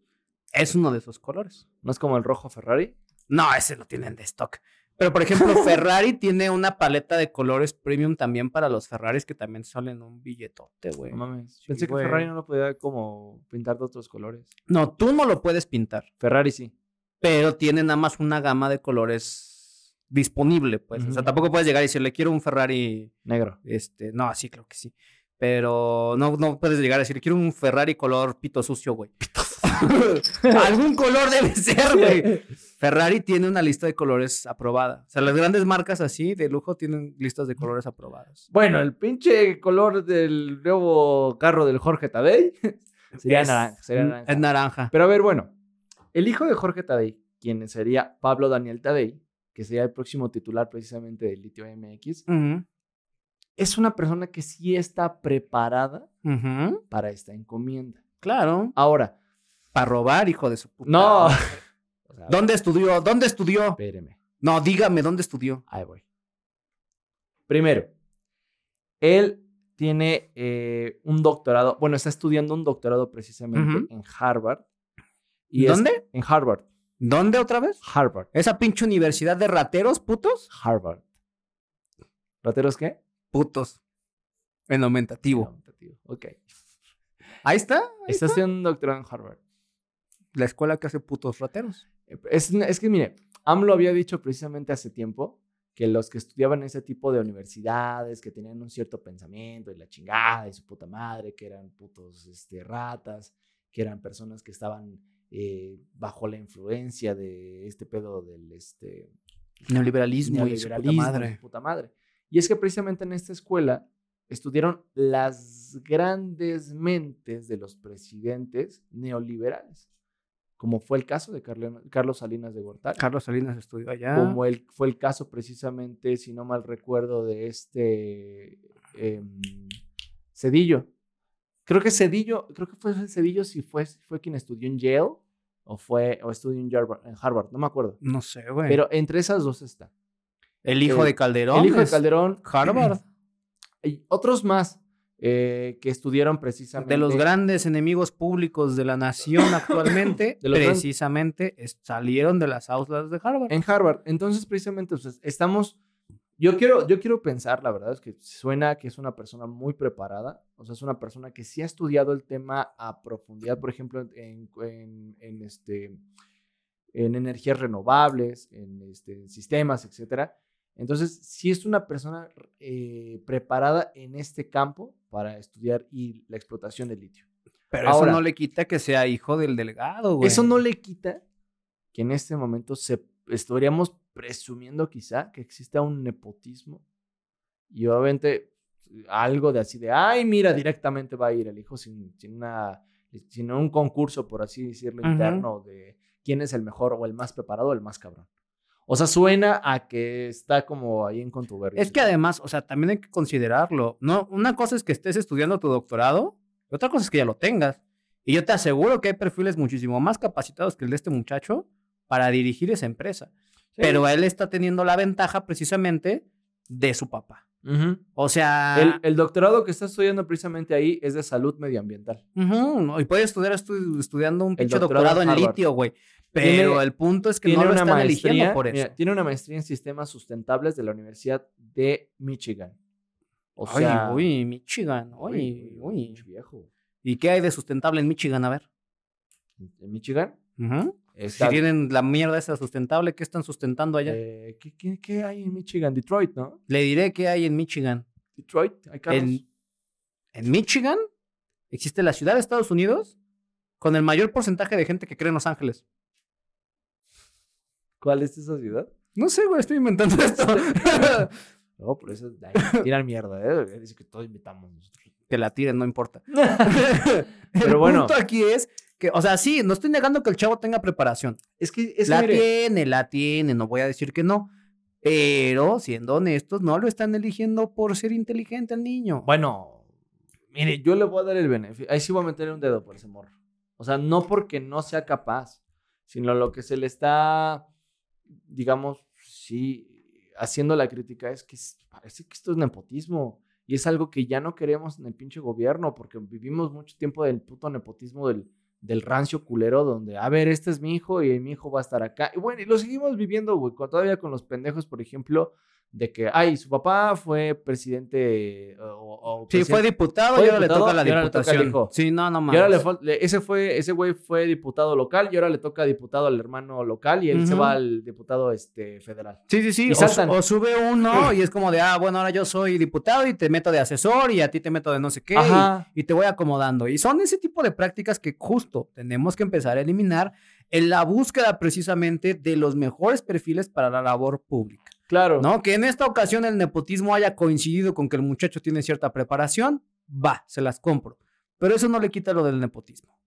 [SPEAKER 3] es uno de esos colores.
[SPEAKER 4] ¿No es como el rojo Ferrari?
[SPEAKER 3] No, ese lo tienen de stock. Pero, por
[SPEAKER 4] *laughs*
[SPEAKER 3] ejemplo, Ferrari tiene una paleta de colores premium también para los Ferraris que también salen un billetote, güey.
[SPEAKER 4] No mames.
[SPEAKER 3] Sí,
[SPEAKER 4] Pensé que
[SPEAKER 3] güey.
[SPEAKER 4] Ferrari no lo podía como pintar de otros colores.
[SPEAKER 3] No, tú no lo puedes pintar,
[SPEAKER 4] Ferrari sí.
[SPEAKER 3] pero tiene nada más una gama de colores disponible, pues. O sea,
[SPEAKER 4] Ujú.
[SPEAKER 3] tampoco puedes llegar y decirle, quiero un Ferrari,
[SPEAKER 4] Negro.
[SPEAKER 3] este, no, así creo que sí. Pero no, no puedes llegar a decir, quiero un Ferrari color pito sucio, güey. *laughs* Algún color debe ser, güey. Ferrari tiene una lista de colores aprobada. O sea, las grandes marcas así de lujo tienen listas de colores aprobadas.
[SPEAKER 4] Bueno, el pinche color del nuevo carro del Jorge Tadei *laughs* sería
[SPEAKER 3] Es- Mm,
[SPEAKER 4] naranja. Sería naranja.
[SPEAKER 3] Es naranja.
[SPEAKER 4] Pero a ver, bueno. El hijo de Jorge Tadei, quien sería Pablo Daniel Tadei, que sería el próximo titular precisamente del Litio MX,
[SPEAKER 3] Ujú,
[SPEAKER 4] es una persona que sí está preparada
[SPEAKER 3] ujú,
[SPEAKER 4] para esta encomienda.
[SPEAKER 3] Claro.
[SPEAKER 4] Ahora,
[SPEAKER 3] Para robar, hijo de su puta.
[SPEAKER 4] no. *laughs* O sea,
[SPEAKER 3] ¿Dónde estudió? ¿Dónde estudió?
[SPEAKER 4] Espéreme.
[SPEAKER 3] No, dígame, ¿dónde estudió?
[SPEAKER 4] Ahí voy. Primero, él tiene eh, un doctorado, bueno, está estudiando un doctorado precisamente
[SPEAKER 3] Ujú.
[SPEAKER 4] en Harvard. es-
[SPEAKER 3] ¿Dónde?
[SPEAKER 4] en Harvard.
[SPEAKER 3] ¿Dónde otra vez?
[SPEAKER 4] Harvard.
[SPEAKER 3] ¿Esa pinche universidad de rateros, putos?
[SPEAKER 4] Harvard. ¿Rateros qué?
[SPEAKER 3] Putos. En aumentativo.
[SPEAKER 4] Facultativo. Ok.
[SPEAKER 3] Ahí está.
[SPEAKER 4] Está haciendo un doctorado en Harvard.
[SPEAKER 3] La escuela que hace putos rateros.
[SPEAKER 4] Eh, Es, es que, mire, AMLO había dicho precisamente hace tiempo que los que estudiaban en ese tipo de universidades, que tenían un cierto pensamiento y la chingada y su puta madre, que eran putos este, ratas, que eran personas que estaban eh, bajo la influencia de este pedo del este,
[SPEAKER 3] Neoliberalismo y su puta
[SPEAKER 4] neoliberalismo,
[SPEAKER 3] madre.
[SPEAKER 4] su puta madre. Y es que precisamente en esta escuela estudiaron las grandes mentes de los presidentes neoliberales, como fue el caso de Carlo- Carlos Salinas de Gortari,
[SPEAKER 3] Carlos Salinas estudió allá.
[SPEAKER 4] como el, fue el caso precisamente, si no mal recuerdo, de este em, Cedillo. Creo que Cedillo, creo que fue Cedillo si fue, si fue quien estudió en Yale o fue o estudió en Jarva- en Harvard, no me acuerdo.
[SPEAKER 3] No sé, güey. Eh,
[SPEAKER 4] Pero entre esas dos está.
[SPEAKER 3] el hijo
[SPEAKER 4] el-
[SPEAKER 3] de Calderón.
[SPEAKER 4] El hijo de
[SPEAKER 3] es
[SPEAKER 4] Calderón.
[SPEAKER 3] *clears throat* Harvard.
[SPEAKER 4] Y otros más eh, que estudiaron precisamente.
[SPEAKER 3] De los grandes enemigos públicos de la nación *clears throat* actualmente,
[SPEAKER 4] De los gran-
[SPEAKER 3] precisamente es- salieron de las aulas de Harvard.
[SPEAKER 4] En Harvard. Entonces, precisamente, pues, estamos. Yo quiero, yo quiero pensar, la verdad, es que suena que es una persona muy preparada. O sea, es una persona que sí ha estudiado el tema a profundidad, por ejemplo, en, en, en este, en energías renovables, en este, en sistemas, etcétera. Entonces, sí es una persona eh, preparada en este campo para estudiar y la explotación del litio.
[SPEAKER 3] Pero
[SPEAKER 4] Ahora-
[SPEAKER 3] eso no le quita que sea hijo del delegado, güey.
[SPEAKER 4] Eso no le quita que en este momento se, estaríamos presumiendo quizá que exista un nepotismo. Y obviamente eh, algo de así de, ay, mira, directamente va a ir el hijo sin, sin, una, sin un concurso, por así decirlo,
[SPEAKER 3] Ujú.
[SPEAKER 4] interno de quién es el mejor o el más preparado o el más cabrón. O sea, suena a que está como ahí en contubernio.
[SPEAKER 3] Es que además, o sea, también hay que considerarlo. No, una cosa es que estés estudiando tu doctorado, y otra cosa es que ya lo tengas. Y yo te aseguro que hay perfiles muchísimo más capacitados que el de este muchacho para dirigir esa empresa. Pero él está teniendo la ventaja precisamente de su papá.
[SPEAKER 4] Ujú.
[SPEAKER 3] O sea,
[SPEAKER 4] el, el doctorado que está estudiando precisamente ahí es de salud medioambiental.
[SPEAKER 3] Ujú, no, y puede estudiar estu- estudiando un pinche
[SPEAKER 4] doctorado
[SPEAKER 3] doctorado
[SPEAKER 4] en
[SPEAKER 3] en
[SPEAKER 4] Harvard.
[SPEAKER 3] litio, güey.
[SPEAKER 4] Tiene-
[SPEAKER 3] Pero el punto es que no lo están eligiendo por eso.
[SPEAKER 4] mira, tiene una maestría en sistemas sustentables de la Universidad de Michigan. O
[SPEAKER 3] Ay,
[SPEAKER 4] sea,
[SPEAKER 3] uy, Michigan,
[SPEAKER 4] uy,
[SPEAKER 3] uy,
[SPEAKER 4] uy,
[SPEAKER 3] uy.
[SPEAKER 4] mucho viejo.
[SPEAKER 3] ¿Y qué hay de sustentable en Michigan? A ver.
[SPEAKER 4] En Michigan
[SPEAKER 3] Ujú. Si
[SPEAKER 4] está.
[SPEAKER 3] tienen la mierda esa sustentable, ¿qué están sustentando allá?
[SPEAKER 4] eh, ¿qué, qué, qué hay en Michigan? Detroit, ¿no?
[SPEAKER 3] Le diré qué hay en Michigan.
[SPEAKER 4] Detroit, hay carros.
[SPEAKER 3] En, en Michigan existe la ciudad de Estados Unidos con el mayor porcentaje de gente que cree en Los Ángeles. *coughs*
[SPEAKER 4] ¿Cuál es esa ciudad? No sé, güey, estoy inventando
[SPEAKER 3] *laughs*
[SPEAKER 4] esto. no, por eso ay, tiran mierda, ¿eh? Dice que todos inventamos nosotros.
[SPEAKER 3] Que la tiren, no *laughs* importa.
[SPEAKER 4] Pero
[SPEAKER 3] Pero
[SPEAKER 4] bueno.
[SPEAKER 3] bueno. El punto aquí es que, o sea, sí, no estoy negando que el chavo tenga preparación.
[SPEAKER 4] Es que, es
[SPEAKER 3] la tiene, la tiene, no voy a decir que no. Pero, siendo honestos, no lo están eligiendo por ser inteligente al niño.
[SPEAKER 4] Bueno, mire, yo le voy a dar el beneficio. Ahí sí voy a meterle un dedo por ese morro. O sea, no porque no sea capaz, sino lo que se le está, digamos, sí, haciendo la crítica es que es- parece que esto es nepotismo. Y es algo que ya no queremos en el pinche gobierno, porque vivimos mucho tiempo del puto nepotismo del, del rancio culero, donde, a ver, este es mi hijo y mi hijo va a estar acá. Y bueno, y lo seguimos viviendo, güey, con- todavía con los pendejos, por ejemplo, de que, ay, su papá fue presidente eh, o, o
[SPEAKER 3] Sí, fue
[SPEAKER 4] presidente-
[SPEAKER 3] diputado
[SPEAKER 4] fue
[SPEAKER 3] y ahora le
[SPEAKER 4] diputado
[SPEAKER 3] toca la
[SPEAKER 4] y ahora le toca al
[SPEAKER 3] diputación.
[SPEAKER 4] hijo.
[SPEAKER 3] Sí, no, no
[SPEAKER 4] y
[SPEAKER 3] mames.
[SPEAKER 4] ahora le fal- le- ese fue ese güey fue diputado local y ahora le toca diputado al hermano local y él se
[SPEAKER 3] Ujú.
[SPEAKER 4] va al diputado este federal.
[SPEAKER 3] Sí, sí, sí.
[SPEAKER 4] Y
[SPEAKER 3] O, su-
[SPEAKER 4] saltan.
[SPEAKER 3] o sube uno y es como de, ah, bueno, ahora yo soy diputado y te meto de asesor y a ti te meto de no sé qué. y-
[SPEAKER 4] Ajá.
[SPEAKER 3] Y, te voy acomodando. Y son ese tipo de prácticas que justo tenemos que empezar a eliminar en la búsqueda precisamente de los mejores perfiles para la labor pública.
[SPEAKER 4] Claro.
[SPEAKER 3] ¿No? Que en esta ocasión el nepotismo haya coincidido con que el muchacho tiene cierta preparación, va, se las compro. Pero eso no le quita lo del nepotismo.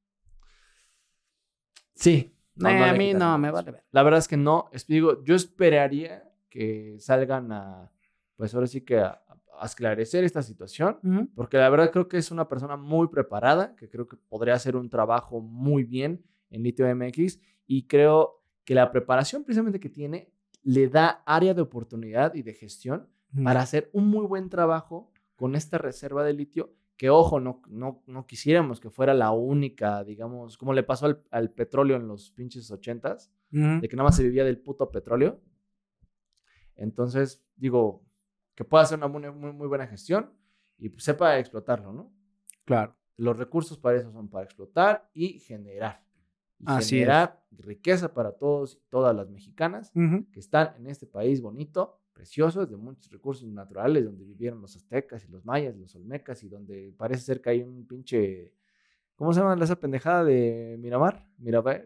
[SPEAKER 4] Sí.
[SPEAKER 3] Eh,
[SPEAKER 4] le
[SPEAKER 3] a mí
[SPEAKER 4] quitan
[SPEAKER 3] no,
[SPEAKER 4] nada
[SPEAKER 3] me
[SPEAKER 4] más.
[SPEAKER 3] vale ver.
[SPEAKER 4] La verdad es que no. es- digo, yo esperaría que salgan a, pues ahora sí que a, a esclarecer esta situación,
[SPEAKER 3] Ujú.
[SPEAKER 4] porque la verdad creo que es una persona muy preparada, que creo que podría hacer un trabajo muy bien en Litio MX y creo que la preparación precisamente que tiene le da área de oportunidad y de gestión para hacer un muy buen trabajo con esta reserva de litio, que ojo, no, no, no quisiéramos que fuera la única, digamos, como le pasó al, al petróleo en los pinches ochentas,
[SPEAKER 3] Ujú.
[SPEAKER 4] de que nada más se vivía del puto petróleo. Entonces, digo, que pueda hacer una muy, muy, muy buena gestión y pues, sepa explotarlo, ¿no?
[SPEAKER 3] Claro.
[SPEAKER 4] Los recursos para eso son para explotar y generar. Y
[SPEAKER 3] Así es.
[SPEAKER 4] generar riqueza para todos y todas las mexicanas
[SPEAKER 3] Ujú.
[SPEAKER 4] que están en este país bonito, precioso, de muchos recursos naturales, donde vivieron los aztecas y los mayas, los olmecas, y donde parece ser que hay un pinche. ¿Cómo se llama esa pendejada de Miramar? Miramar,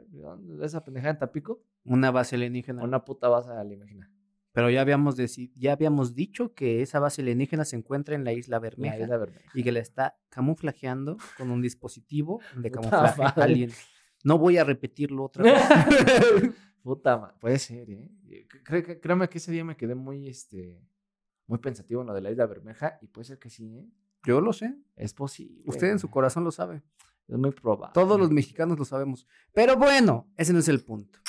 [SPEAKER 4] esa pendejada en Tapico.
[SPEAKER 3] Una base alienígena.
[SPEAKER 4] Una puta base alienígena.
[SPEAKER 3] Pero ya habíamos, deci- ya habíamos dicho que esa base alienígena se encuentra en la isla Bermeja
[SPEAKER 4] La isla Bermeja.
[SPEAKER 3] y que la está camuflajeando con un dispositivo de
[SPEAKER 4] Puta
[SPEAKER 3] camuflaje
[SPEAKER 4] madre.
[SPEAKER 3] alien. No voy a repetirlo otra vez.
[SPEAKER 4] Puta ma- Puede ser, ¿eh? Cre- cre- créame que ese día me quedé muy, este, muy pensativo en lo de la isla Bermeja, y puede ser que sí, ¿eh?
[SPEAKER 3] Yo lo sé.
[SPEAKER 4] Es posible.
[SPEAKER 3] Usted en su corazón lo sabe.
[SPEAKER 4] Es muy probable. Ah,
[SPEAKER 3] Todos los mexicanos lo sabemos. Pero bueno, ese no es el punto.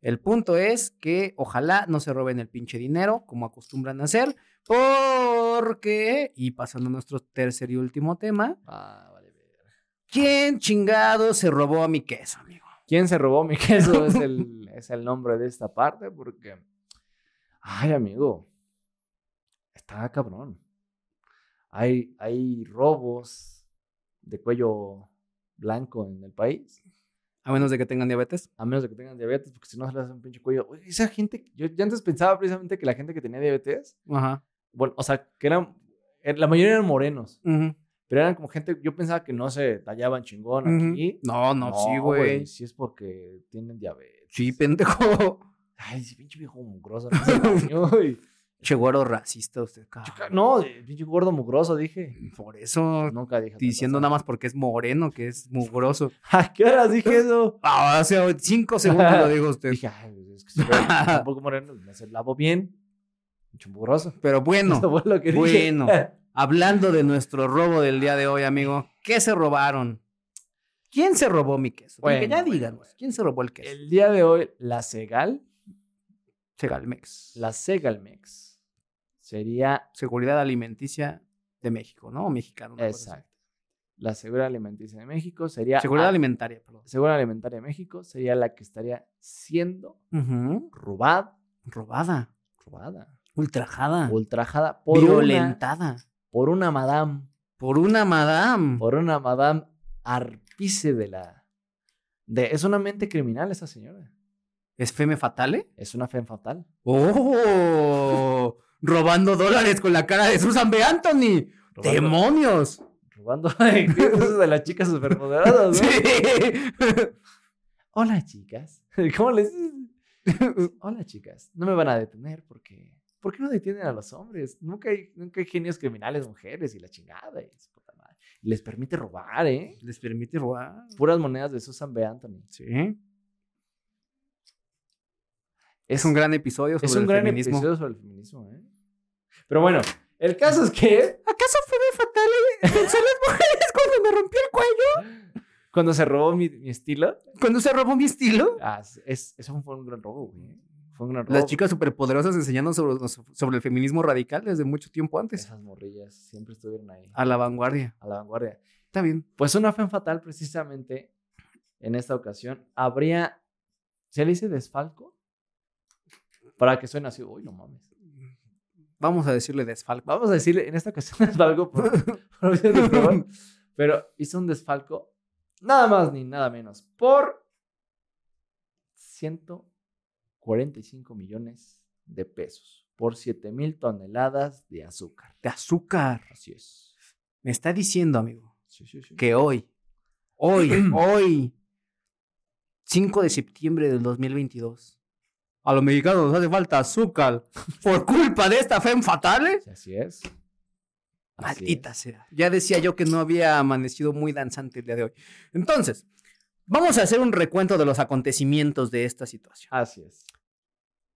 [SPEAKER 3] El punto es que ojalá no se roben el pinche dinero como acostumbran a hacer. Porque, y pasando a nuestro tercer y último tema,
[SPEAKER 4] Ah, vale, verga.
[SPEAKER 3] ¿quién chingado se robó a mi queso, amigo?
[SPEAKER 4] ¿Quién se robó mi
[SPEAKER 3] *laughs*
[SPEAKER 4] queso? es, el, es el nombre de esta parte porque... Ay, amigo. Está cabrón. Hay, hay robos de cuello blanco en el país.
[SPEAKER 3] A menos de que tengan diabetes.
[SPEAKER 4] A menos de que tengan diabetes, porque si no se les hace un pinche cuello. Oye, esa gente... Yo, yo antes pensaba precisamente que la gente que tenía diabetes...
[SPEAKER 3] Ajá.
[SPEAKER 4] Bueno, o sea, que eran... er- La mayoría eran morenos.
[SPEAKER 3] Ujú.
[SPEAKER 4] Pero eran como gente... Yo pensaba que no se tallaban chingón aquí.
[SPEAKER 3] No, no, sí, güey.
[SPEAKER 4] Sí es porque tienen diabetes.
[SPEAKER 3] Sí, pendejo. *laughs*
[SPEAKER 4] Ay, ese pinche viejo mugroso. No, se bañó y-
[SPEAKER 3] Che, güero racista usted, cabrón.
[SPEAKER 4] Chica- no, de pinche gordo mugroso, dije.
[SPEAKER 3] Por eso,
[SPEAKER 4] Nunca dije.
[SPEAKER 3] diciendo nada
[SPEAKER 4] tantas
[SPEAKER 3] más porque es moreno, que es mugroso.
[SPEAKER 4] cosas. *laughs* ¿A qué horas dije eso?
[SPEAKER 3] *laughs* Ah, hace cinco segundos lo dijo *laughs* usted.
[SPEAKER 4] Dije, ay, es que soy
[SPEAKER 3] *laughs*
[SPEAKER 4] un poco moreno, me se lavo bien. Pinche mugroso.
[SPEAKER 3] Pero bueno, *laughs*
[SPEAKER 4] Eso fue lo que dije. *laughs*
[SPEAKER 3] Bueno. hablando de nuestro robo del día de hoy, amigo, ¿qué se robaron? ¿Quién se robó mi queso? Porque
[SPEAKER 4] Bueno,
[SPEAKER 3] ya
[SPEAKER 4] bueno,
[SPEAKER 3] díganos,
[SPEAKER 4] bueno.
[SPEAKER 3] ¿quién se robó el queso?
[SPEAKER 4] El día de hoy, la Segal,
[SPEAKER 3] Segalmex. La
[SPEAKER 4] la Segalmex, sería
[SPEAKER 3] Seguridad Alimenticia de México, ¿no? O mexicano. una cosa así.
[SPEAKER 4] Exacto. La Seguridad Alimenticia de México sería.
[SPEAKER 3] Seguridad
[SPEAKER 4] ah,
[SPEAKER 3] Alimentaria, perdón.
[SPEAKER 4] Seguridad Alimentaria de México sería la que estaría siendo
[SPEAKER 3] Ujú.
[SPEAKER 4] robada.
[SPEAKER 3] Robada,
[SPEAKER 4] Robada.
[SPEAKER 3] ultrajada,
[SPEAKER 4] Ultrajada por una,
[SPEAKER 3] violentada.
[SPEAKER 4] por una madame.
[SPEAKER 3] Por una madame.
[SPEAKER 4] Por una madame arpice de la. De, es una mente criminal esa señora.
[SPEAKER 3] ¿Es Feme Fatale?
[SPEAKER 4] Es una fe fatal.
[SPEAKER 3] ¡Oh! *laughs* Robando dólares con la cara de Susan B. Anthony.
[SPEAKER 4] Robando,
[SPEAKER 3] ¡Demonios! *laughs*
[SPEAKER 4] robando *laughs* recursos de las chicas superpoderadas, ¿no?
[SPEAKER 3] Sí.
[SPEAKER 4] Hola, chicas. *laughs* ¿Cómo les.? Hola, chicas. No me van a detener porque. ¿Por qué no detienen a los hombres? Nunca hay, nunca hay genios criminales mujeres y la chingada. Y su puta madre. Les permite robar, ¿eh?
[SPEAKER 3] *laughs* Les permite robar.
[SPEAKER 4] Puras monedas de Susan B. Anthony.
[SPEAKER 3] Sí. Es un gran episodio sobre
[SPEAKER 4] Es un
[SPEAKER 3] el
[SPEAKER 4] gran
[SPEAKER 3] feminismo.
[SPEAKER 4] episodio sobre el feminismo, ¿eh? Pero bueno, el caso es que *laughs*
[SPEAKER 3] ¿Acaso fue fatal *laughs* pensar las mujeres cuando me rompió el cuello?
[SPEAKER 4] cuando se robó mi, mi estilo,
[SPEAKER 3] Cuando se robó mi estilo.
[SPEAKER 4] ah, es, eso fue un gran robo, güey. Fue un gran robo.
[SPEAKER 3] Las chicas superpoderosas enseñando sobre, sobre el feminismo radical desde mucho tiempo antes.
[SPEAKER 4] Esas morrillas siempre estuvieron ahí,
[SPEAKER 3] A la vanguardia.
[SPEAKER 4] a la vanguardia.
[SPEAKER 3] Está bien.
[SPEAKER 4] Pues una fe fatal, precisamente, en esta ocasión, habría. ¿Se le dice desfalco? Para que suene así, uy, no mames.
[SPEAKER 3] Vamos a decirle desfalco.
[SPEAKER 4] Vamos a decirle, en esta ocasión *laughs* desfalco por,
[SPEAKER 3] *laughs*
[SPEAKER 4] por opción de prueba, pero hizo un desfalco nada más ni nada menos por 145 millones de pesos por 7 mil toneladas de azúcar.
[SPEAKER 3] De azúcar.
[SPEAKER 4] Así es.
[SPEAKER 3] Me está diciendo, amigo,
[SPEAKER 4] Sí, sí, sí.
[SPEAKER 3] que hoy, hoy, hoy, 5 de septiembre del 2022, a los mexicanos nos hace falta azúcar por culpa de esta femme fatale.
[SPEAKER 4] Sí, Así es. Así
[SPEAKER 3] Maldita
[SPEAKER 4] es.
[SPEAKER 3] sea. Ya decía yo que no había amanecido muy danzante el día de hoy. Entonces, vamos a hacer un recuento de los acontecimientos de esta situación.
[SPEAKER 4] Así es.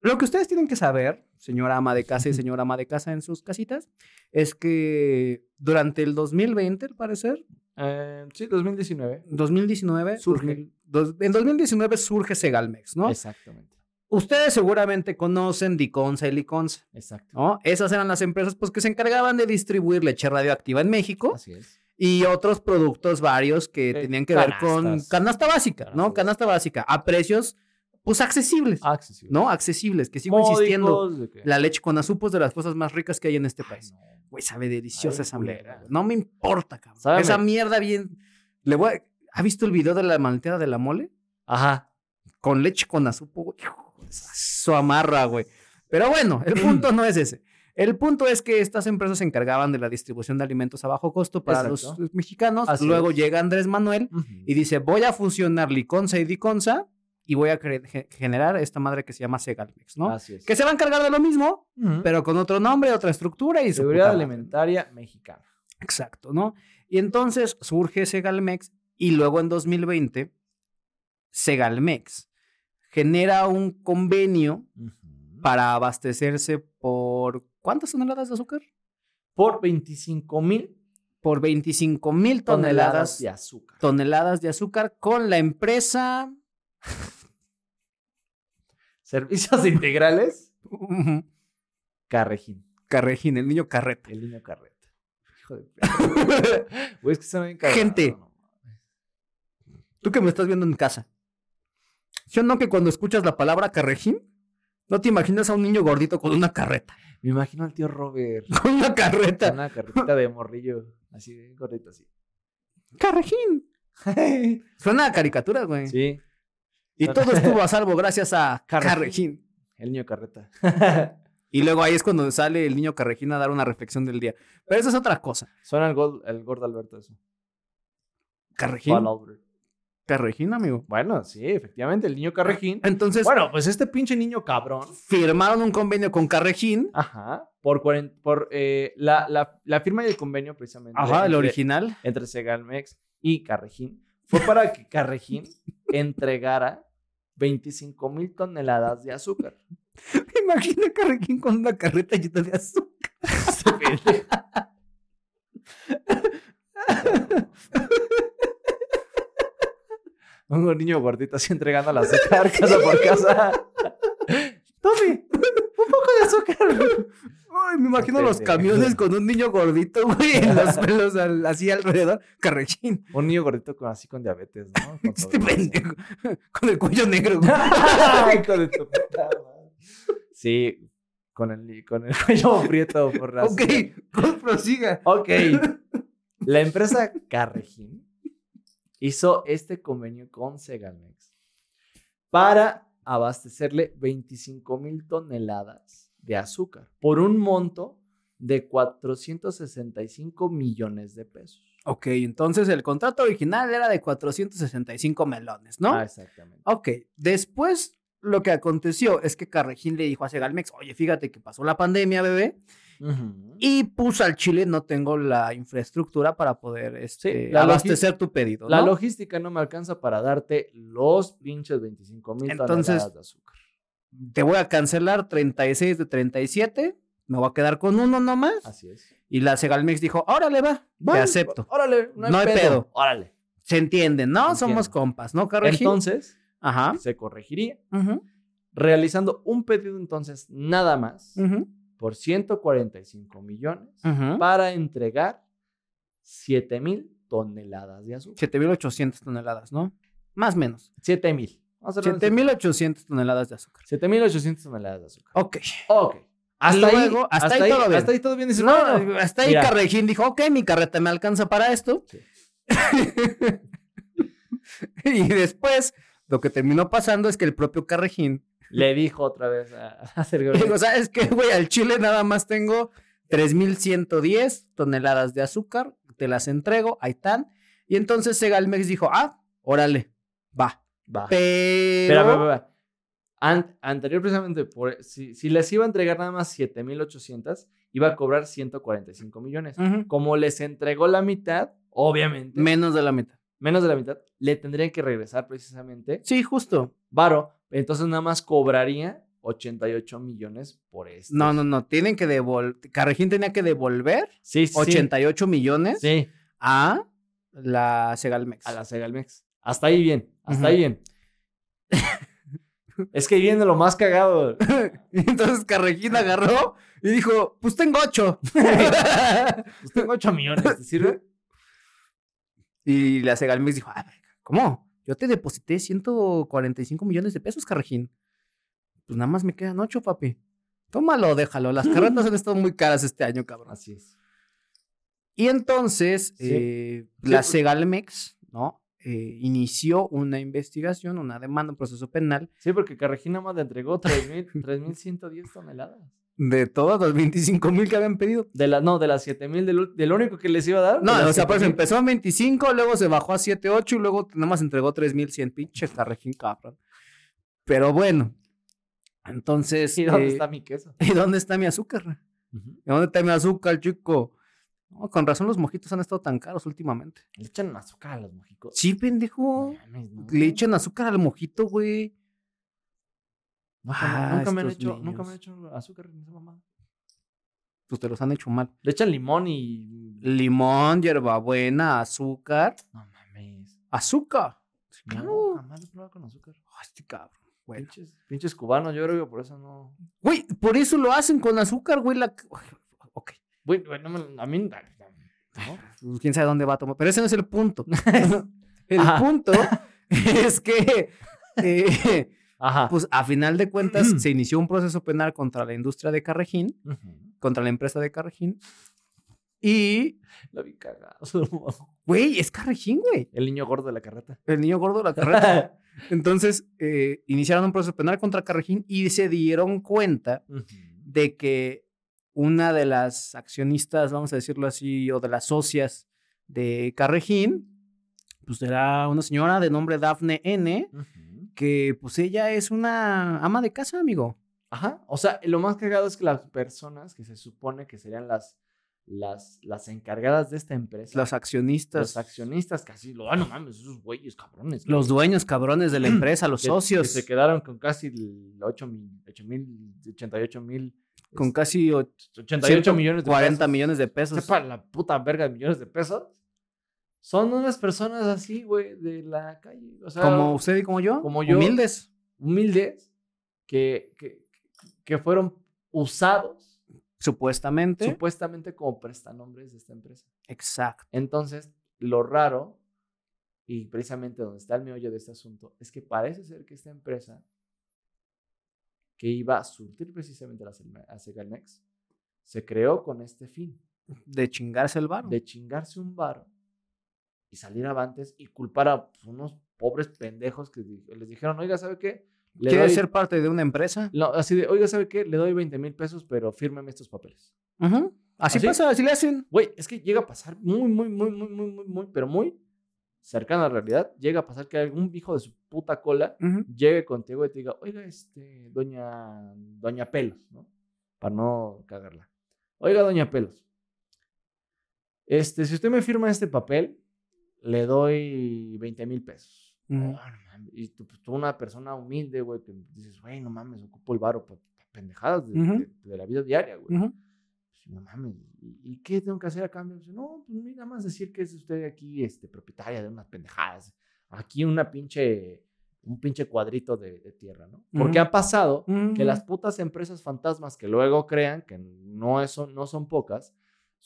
[SPEAKER 3] Lo que ustedes tienen que saber, señora ama de casa y señora ama de casa en sus casitas, es que durante el 2020, al parecer,
[SPEAKER 4] Eh, sí, 2019.
[SPEAKER 3] 2019,
[SPEAKER 4] Surge.
[SPEAKER 3] 2000 dos- en 2019 surge Segalmex, ¿no?
[SPEAKER 4] Exactamente.
[SPEAKER 3] Ustedes seguramente conocen Diconsa y Liconsa,
[SPEAKER 4] Exacto.
[SPEAKER 3] ¿no? Esas eran las empresas pues, que se encargaban de distribuir leche radioactiva en México.
[SPEAKER 4] Así es.
[SPEAKER 3] y otros productos varios que
[SPEAKER 4] Eh,
[SPEAKER 3] tenían que ver con
[SPEAKER 4] canastas.
[SPEAKER 3] canasta básica, ¿no?
[SPEAKER 4] Canastas.
[SPEAKER 3] Canasta básica a precios pues accesibles,
[SPEAKER 4] Accesible.
[SPEAKER 3] ¿no? Accesibles, que sigo insistiendo.
[SPEAKER 4] Módicos, ¿de qué?
[SPEAKER 3] La leche con azúcar es de las cosas más ricas que hay en este
[SPEAKER 4] Ay,
[SPEAKER 3] país.
[SPEAKER 4] no.
[SPEAKER 3] Güey, sabe deliciosa
[SPEAKER 4] Sabe
[SPEAKER 3] esa
[SPEAKER 4] culera,
[SPEAKER 3] mierda.
[SPEAKER 4] güey.
[SPEAKER 3] No me importa, cabrón.
[SPEAKER 4] Sabe
[SPEAKER 3] Esa
[SPEAKER 4] me-
[SPEAKER 3] mierda bien le voy a- ¿Ha visto el video de la malteada de la mole?
[SPEAKER 4] Ajá.
[SPEAKER 3] Con leche con azúcar, güey. Hijo, Su amarra, güey. Pero bueno, el
[SPEAKER 4] *clears throat*
[SPEAKER 3] punto no es ese. El punto es que estas empresas se encargaban de la distribución de alimentos a bajo costo para
[SPEAKER 4] Exacto.
[SPEAKER 3] los mexicanos.
[SPEAKER 4] Así
[SPEAKER 3] Luego
[SPEAKER 4] es.
[SPEAKER 3] llega Andrés Manuel y dice, voy a fusionar Liconza y Diconza y voy a cre- ge- generar esta madre que se llama Segalmex, ¿no?
[SPEAKER 4] Así es.
[SPEAKER 3] Que se va a encargar de lo mismo,
[SPEAKER 4] Ujú.
[SPEAKER 3] pero con otro nombre, otra estructura y su
[SPEAKER 4] Seguridad
[SPEAKER 3] puta madre.
[SPEAKER 4] alimentaria mexicana.
[SPEAKER 3] Exacto, ¿no? Y entonces surge Segalmex y luego en 2020 Segalmex genera un convenio para abastecerse por ¿cuántas toneladas de azúcar?
[SPEAKER 4] Por 25 mil
[SPEAKER 3] Por 25 mil
[SPEAKER 4] toneladas
[SPEAKER 3] toneladas
[SPEAKER 4] de azúcar.
[SPEAKER 3] toneladas de azúcar con la empresa
[SPEAKER 4] Servicios *laughs* integrales. Carrejín.
[SPEAKER 3] Carrejín, el niño
[SPEAKER 4] *laughs*
[SPEAKER 3] carrete.
[SPEAKER 4] El niño carreta. Hijo de. Güey, es que suena bien cagado,
[SPEAKER 3] Gente.
[SPEAKER 4] no mames.
[SPEAKER 3] Tú que me estás viendo en casa. Yo no que cuando escuchas la palabra carrejín, no te imaginas a un niño gordito con una carreta. *laughs*
[SPEAKER 4] Me imagino al tío Robert.
[SPEAKER 3] Con una
[SPEAKER 4] con
[SPEAKER 3] carreta.
[SPEAKER 4] Una carretita de morrillo. Así de
[SPEAKER 3] *laughs*
[SPEAKER 4] gordito, así.
[SPEAKER 3] Carrejín. Suena a caricatura, güey.
[SPEAKER 4] Sí.
[SPEAKER 3] Y *laughs* todo estuvo a salvo gracias a
[SPEAKER 4] Carrejín.
[SPEAKER 3] carrejín.
[SPEAKER 4] El niño carreta.
[SPEAKER 3] Y luego ahí es cuando sale el niño carrejín a dar una reflexión del día. Pero eso es otra cosa.
[SPEAKER 4] Suena el, gol- el gordo Alberto eso.
[SPEAKER 3] Carrejín.
[SPEAKER 4] Juan Albert.
[SPEAKER 3] Carrejín, amigo.
[SPEAKER 4] Bueno, sí, efectivamente, el niño carrejín.
[SPEAKER 3] Ah, Entonces
[SPEAKER 4] Bueno, pues este pinche niño cabrón.
[SPEAKER 3] firmaron un convenio con Carrejín.
[SPEAKER 4] Ajá. Por, cuaren- por eh, la, la, la firma del convenio, precisamente.
[SPEAKER 3] Ajá, el
[SPEAKER 4] entre-
[SPEAKER 3] original.
[SPEAKER 4] Entre Segalmex y Carrejín. Fue para que *laughs* Carrejín entregara 25 mil toneladas de azúcar.
[SPEAKER 3] *laughs* Imagina Carrejín con una carreta llena de azúcar.
[SPEAKER 4] Un niño gordito así entregando el *laughs* azúcar casa por casa. *laughs* Tome, un poco de azúcar.
[SPEAKER 3] Ay, me imagino los
[SPEAKER 4] Pendejo.
[SPEAKER 3] camiones con un niño gordito, güey, en *laughs* los pelos al- así alrededor. Carrejín,
[SPEAKER 4] Un niño gordito con, así con diabetes, ¿no? Con
[SPEAKER 3] este
[SPEAKER 4] sobrepeso.
[SPEAKER 3] pendejo, *laughs* con el cuello negro. güey.
[SPEAKER 4] *laughs* Hijo de tu puta madre. Sí, con el, con el cuello *laughs* prieto por la
[SPEAKER 3] ok, con- prosiga.
[SPEAKER 4] Ok. La empresa Carrejín hizo este convenio con Segalmex para abastecerle 25 mil toneladas de azúcar por un monto de 465 millones de pesos.
[SPEAKER 3] *laughs* Ok, entonces el contrato original era de 465 melones, ¿no?
[SPEAKER 4] Ah, exactamente.
[SPEAKER 3] Ok, después lo que aconteció es que Carrejín le dijo a Segalmex, oye, fíjate que pasó la pandemia, bebé,
[SPEAKER 4] Ujú.
[SPEAKER 3] Oh. y pues al Chile no tengo la infraestructura para poder este,
[SPEAKER 4] Sí, la
[SPEAKER 3] abastecer tu pedido.
[SPEAKER 4] La
[SPEAKER 3] ¿no?
[SPEAKER 4] logística no me alcanza para darte los pinches 25 mil
[SPEAKER 3] Entonces-
[SPEAKER 4] toneladas de azúcar.
[SPEAKER 3] Te voy a cancelar 36 de 37, me voy a quedar con uno nomás.
[SPEAKER 4] Así es.
[SPEAKER 3] Y la Segalmex dijo, órale, va, te
[SPEAKER 4] Vale,
[SPEAKER 3] acepto.
[SPEAKER 4] Órale, no hay,
[SPEAKER 3] No hay
[SPEAKER 4] pedo.
[SPEAKER 3] pedo.
[SPEAKER 4] Órale.
[SPEAKER 3] Se entiende, ¿no?
[SPEAKER 4] Entiendo.
[SPEAKER 3] Somos compas, ¿no, Carrejín? ¿Ah?
[SPEAKER 4] Entonces,
[SPEAKER 3] Ajá.
[SPEAKER 4] se corregiría
[SPEAKER 3] Ujú,
[SPEAKER 4] realizando un pedido entonces nada más
[SPEAKER 3] ujú,
[SPEAKER 4] por 145 millones
[SPEAKER 3] ujú.
[SPEAKER 4] para entregar 7 mil toneladas de azúcar.
[SPEAKER 3] 7.800 toneladas, ¿no? Más o menos.
[SPEAKER 4] 7 mil. Vamos a cerrar en
[SPEAKER 3] 7.800 toneladas de azúcar.
[SPEAKER 4] 7.800 toneladas de azúcar.
[SPEAKER 3] Ok.
[SPEAKER 4] Ok.
[SPEAKER 3] Hasta ahí, hasta, ahí, todo bien.
[SPEAKER 4] Hasta ahí todo bien. Dices,
[SPEAKER 3] No,
[SPEAKER 4] bueno,
[SPEAKER 3] hasta ahí
[SPEAKER 4] mira.
[SPEAKER 3] Carrejín dijo, ok, mi carreta me alcanza para esto.
[SPEAKER 4] Sí.
[SPEAKER 3] *laughs* y después, lo que terminó pasando es que el propio Carrejín
[SPEAKER 4] Le dijo otra vez a,
[SPEAKER 3] *laughs*
[SPEAKER 4] a Sergio.
[SPEAKER 3] le dijo, ¿sabes qué, güey? Al Chile nada más tengo 3.110 toneladas de azúcar, te las entrego, ahí están. Y entonces Segalmex dijo, ah, órale, va.
[SPEAKER 4] Va.
[SPEAKER 3] Pero...
[SPEAKER 4] Espera, espera, espera. An- anterior, precisamente, por, si, si les iba a entregar nada más 7.800, iba a cobrar 145 millones.
[SPEAKER 3] Ujú.
[SPEAKER 4] Como les entregó la mitad, obviamente,
[SPEAKER 3] Menos de la mitad.
[SPEAKER 4] menos de la mitad, le tendrían que regresar precisamente
[SPEAKER 3] Sí, justo.
[SPEAKER 4] Varo. Entonces nada más cobraría 88 millones por este esto.
[SPEAKER 3] No, no, no, tienen que devolver, Carrejín tenía que devolver
[SPEAKER 4] Sí, sí. sí.
[SPEAKER 3] 88 millones
[SPEAKER 4] Sí,
[SPEAKER 3] a la Segalmex.
[SPEAKER 4] a la Segalmex. Hasta ahí bien, hasta
[SPEAKER 3] Ujú.
[SPEAKER 4] ahí bien. es que viene lo más cagado.
[SPEAKER 3] Y *laughs* entonces Carrejín agarró y dijo, pues tengo
[SPEAKER 4] *laughs*
[SPEAKER 3] ocho. *laughs*
[SPEAKER 4] Pues tengo 8 millones, ¿te sirve?
[SPEAKER 3] y la Segalmex dijo, "Ah, ¿cómo? Yo te deposité 145 millones de pesos, Carrejín. Pues nada más me quedan ocho, papi. Tómalo, déjalo. Las carretas han estado muy caras este año, cabrón.
[SPEAKER 4] Así es.
[SPEAKER 3] Y entonces
[SPEAKER 4] Sí.
[SPEAKER 3] eh,
[SPEAKER 4] Sí,
[SPEAKER 3] la
[SPEAKER 4] pues-
[SPEAKER 3] Segalmex, ¿no? Eh, inició una investigación, una demanda, un proceso penal
[SPEAKER 4] Sí, porque Carrejín nada más le entregó 3,000 3.110 toneladas.
[SPEAKER 3] de todas las 25 mil que habían pedido.
[SPEAKER 4] De la, no, de las 7.000, del, ul- del único que les iba a dar. de
[SPEAKER 3] No,
[SPEAKER 4] las
[SPEAKER 3] o sea, pues
[SPEAKER 4] 7,000.
[SPEAKER 3] empezó a 25, luego se bajó a 7.8 y luego nada más entregó 3.100 pinches carrejín, cabrón. Pero bueno, entonces...
[SPEAKER 4] ¿Y dónde
[SPEAKER 3] eh,
[SPEAKER 4] está mi queso?
[SPEAKER 3] *laughs* ¿y dónde está mi azúcar? ¿Y dónde está mi azúcar, chico? No, con razón los mojitos han estado tan caros últimamente.
[SPEAKER 4] Le echan azúcar a los mojicos.
[SPEAKER 3] Sí, pendejo.
[SPEAKER 4] Mames, no.
[SPEAKER 3] Le echan azúcar al mojito, güey.
[SPEAKER 4] Nunca,
[SPEAKER 3] Ah,
[SPEAKER 4] me- nunca me han
[SPEAKER 3] estos
[SPEAKER 4] hecho, nunca
[SPEAKER 3] niños.
[SPEAKER 4] me han hecho azúcar en esa mamá.
[SPEAKER 3] Pues te los han hecho mal.
[SPEAKER 4] Le echan limón y.
[SPEAKER 3] Limón, hierbabuena, azúcar.
[SPEAKER 4] No mames.
[SPEAKER 3] ¡Azúcar! Sí,
[SPEAKER 4] No,
[SPEAKER 3] claro.
[SPEAKER 4] jamás lo he probado con azúcar.
[SPEAKER 3] Ay, este cabrón. Bueno.
[SPEAKER 4] Pinches, pinches cubanos, yo creo que por eso no.
[SPEAKER 3] Güey, por eso lo hacen con azúcar, güey. La... Ok.
[SPEAKER 4] Güey, güey, no me- a mí. ¿no?
[SPEAKER 3] pues, quién sabe dónde va a tomar. Pero ese no es el punto. *laughs* el
[SPEAKER 4] Ajá.
[SPEAKER 3] punto *laughs* es que, eh,
[SPEAKER 4] Ajá.
[SPEAKER 3] pues a final de cuentas, se inició un proceso penal contra la industria de Carrejín,
[SPEAKER 4] Ujú.
[SPEAKER 3] contra la empresa de Carrejín. Y,
[SPEAKER 4] La vi cagado. *laughs*
[SPEAKER 3] güey, es Carrejín, güey.
[SPEAKER 4] El niño gordo de
[SPEAKER 3] *laughs*
[SPEAKER 4] la carreta.
[SPEAKER 3] El niño gordo de la carreta.
[SPEAKER 4] *laughs*
[SPEAKER 3] Entonces, eh, iniciaron un proceso penal contra Carrejín y se dieron cuenta
[SPEAKER 4] Ujú.
[SPEAKER 3] de que una de las accionistas, vamos a decirlo así, o de las socias de Carrejín, pues era una señora de nombre Dafne N,
[SPEAKER 4] Ujú.
[SPEAKER 3] que pues ella es una ama de casa, amigo.
[SPEAKER 4] Ajá. O sea, lo más cagado es que las personas que se supone que serían las, las, las encargadas de esta empresa,
[SPEAKER 3] Los accionistas, los,
[SPEAKER 4] los accionistas, casi lo. Ah, no mames, esos güeyes, cabrones.
[SPEAKER 3] dueños cabrones
[SPEAKER 4] *clears throat*
[SPEAKER 3] de la empresa, los
[SPEAKER 4] que-
[SPEAKER 3] socios,
[SPEAKER 4] Que se quedaron con casi 8 mil, 8 mil, 88 mil. este,
[SPEAKER 3] con casi och-
[SPEAKER 4] 88 millones de
[SPEAKER 3] 40
[SPEAKER 4] pesos.
[SPEAKER 3] millones de pesos.
[SPEAKER 4] Sepa la puta verga de millones de pesos. Son unas personas así, güey, de la calle. O sea,
[SPEAKER 3] como usted y como yo,
[SPEAKER 4] como yo.
[SPEAKER 3] humildes.
[SPEAKER 4] humildes que, que, que fueron usados
[SPEAKER 3] Supuestamente.
[SPEAKER 4] supuestamente como prestanombres de esta empresa.
[SPEAKER 3] Exacto.
[SPEAKER 4] Entonces, lo raro, y precisamente donde está el meollo de este asunto, es que parece ser que esta empresa que iba a surtir precisamente a la Selme- a Segalmex se creó con este fin.
[SPEAKER 3] De chingarse el barro.
[SPEAKER 4] de chingarse un varo y salir avantes y culpar a pues, unos pobres pendejos que di- les dijeron, oiga, ¿sabe qué? Le
[SPEAKER 3] ¿Quiere
[SPEAKER 4] doy-
[SPEAKER 3] ser parte de una empresa?
[SPEAKER 4] No, así de, oiga, ¿sabe qué? Le doy 20 mil pesos, pero fírmeme estos papeles.
[SPEAKER 3] Ujú. así
[SPEAKER 4] ¿Así?
[SPEAKER 3] pasa, así le hacen.
[SPEAKER 4] Güey, es que llega a pasar muy, muy, muy, muy, muy, muy, muy, pero muy cercano a la realidad, llega a pasar que algún hijo de su puta cola
[SPEAKER 3] Ujú.
[SPEAKER 4] llegue contigo y te diga, oiga, este, doña, doña Pelos, ¿no? Para no cagarla. Oiga, doña Pelos, este, si usted me firma este papel, le doy 20 mil pesos.
[SPEAKER 3] Ujú.
[SPEAKER 4] Ah, no mames. Y tú, pues, tú una persona humilde, güey, que dices, güey, no mames, ocupo el varo para pendejadas de,
[SPEAKER 3] Ujú.
[SPEAKER 4] de- de la vida diaria, güey.
[SPEAKER 3] Ujú.
[SPEAKER 4] Pues, no mames, ¿y, y qué tengo que hacer a cambio? Dice, no, pues mira, nada más decir que es usted aquí este, propietaria de unas pendejadas. Aquí una pinche, un pinche cuadrito de, de tierra, ¿no? Porque
[SPEAKER 3] Ujú.
[SPEAKER 4] ha pasado
[SPEAKER 3] Ujú.
[SPEAKER 4] que las putas empresas fantasmas que luego crean, que no, es, son- no son pocas,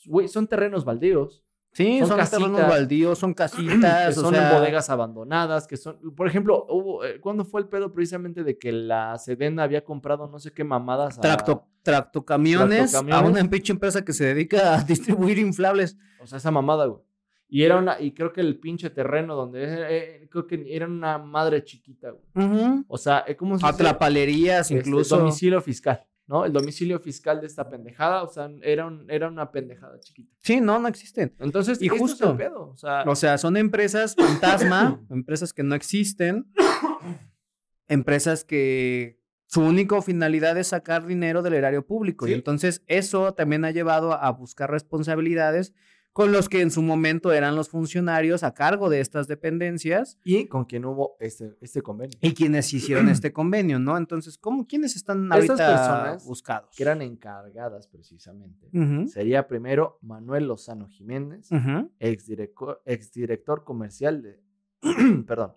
[SPEAKER 4] güey, son terrenos baldíos,
[SPEAKER 3] Mm. Sí,
[SPEAKER 4] son
[SPEAKER 3] son, terrenos
[SPEAKER 4] casitas.
[SPEAKER 3] baldíos,
[SPEAKER 4] *clears throat*
[SPEAKER 3] son
[SPEAKER 4] que
[SPEAKER 3] casitas, Pues, o
[SPEAKER 4] son en
[SPEAKER 3] sea,
[SPEAKER 4] bodegas abandonadas, que son, por ejemplo, hubo, eh, ¿cuándo fue el pedo precisamente de que la Sedena había comprado no sé qué mamadas? a-
[SPEAKER 3] tracto- tractocamiones a
[SPEAKER 4] Tractocamiones.
[SPEAKER 3] una pinche empresa que se dedica a *laughs* distribuir inflables.
[SPEAKER 4] O sea, esa mamada, güey. Y era una, y creo que el pinche terreno donde eh, eh, creo que era una madre chiquita, güey.
[SPEAKER 3] Ujú.
[SPEAKER 4] O sea, eh, ¿cómo se dice?
[SPEAKER 3] Atrapalerías,
[SPEAKER 4] Este,
[SPEAKER 3] incluso.
[SPEAKER 4] domicilio fiscal, ¿no? El domicilio fiscal de esta pendejada, o sea, era, un- era una pendejada chiquita.
[SPEAKER 3] Sí, no, no existen.
[SPEAKER 4] Entonces,
[SPEAKER 3] Y
[SPEAKER 4] esto es
[SPEAKER 3] justo.
[SPEAKER 4] el pedo, o sea,
[SPEAKER 3] O sea, son empresas
[SPEAKER 4] *coughs*
[SPEAKER 3] fantasma, empresas que no existen, empresas que su única finalidad es sacar dinero del erario público. Y
[SPEAKER 4] Sí.
[SPEAKER 3] entonces eso también ha llevado a buscar responsabilidades con los que en su momento eran los funcionarios a cargo de estas dependencias
[SPEAKER 4] y con quien hubo este, este convenio.
[SPEAKER 3] y quienes
[SPEAKER 4] *coughs*
[SPEAKER 3] hicieron este convenio, ¿no? Entonces, ¿cómo, ¿quiénes están ahorita
[SPEAKER 4] Estas personas
[SPEAKER 3] buscados?
[SPEAKER 4] Que eran e-, encargadas precisamente.
[SPEAKER 3] Ujú,
[SPEAKER 4] Sería primero Manuel Lozano Jiménez,
[SPEAKER 3] ujú,
[SPEAKER 4] exdirector, exdirector comercial de. *clears throat* perdón.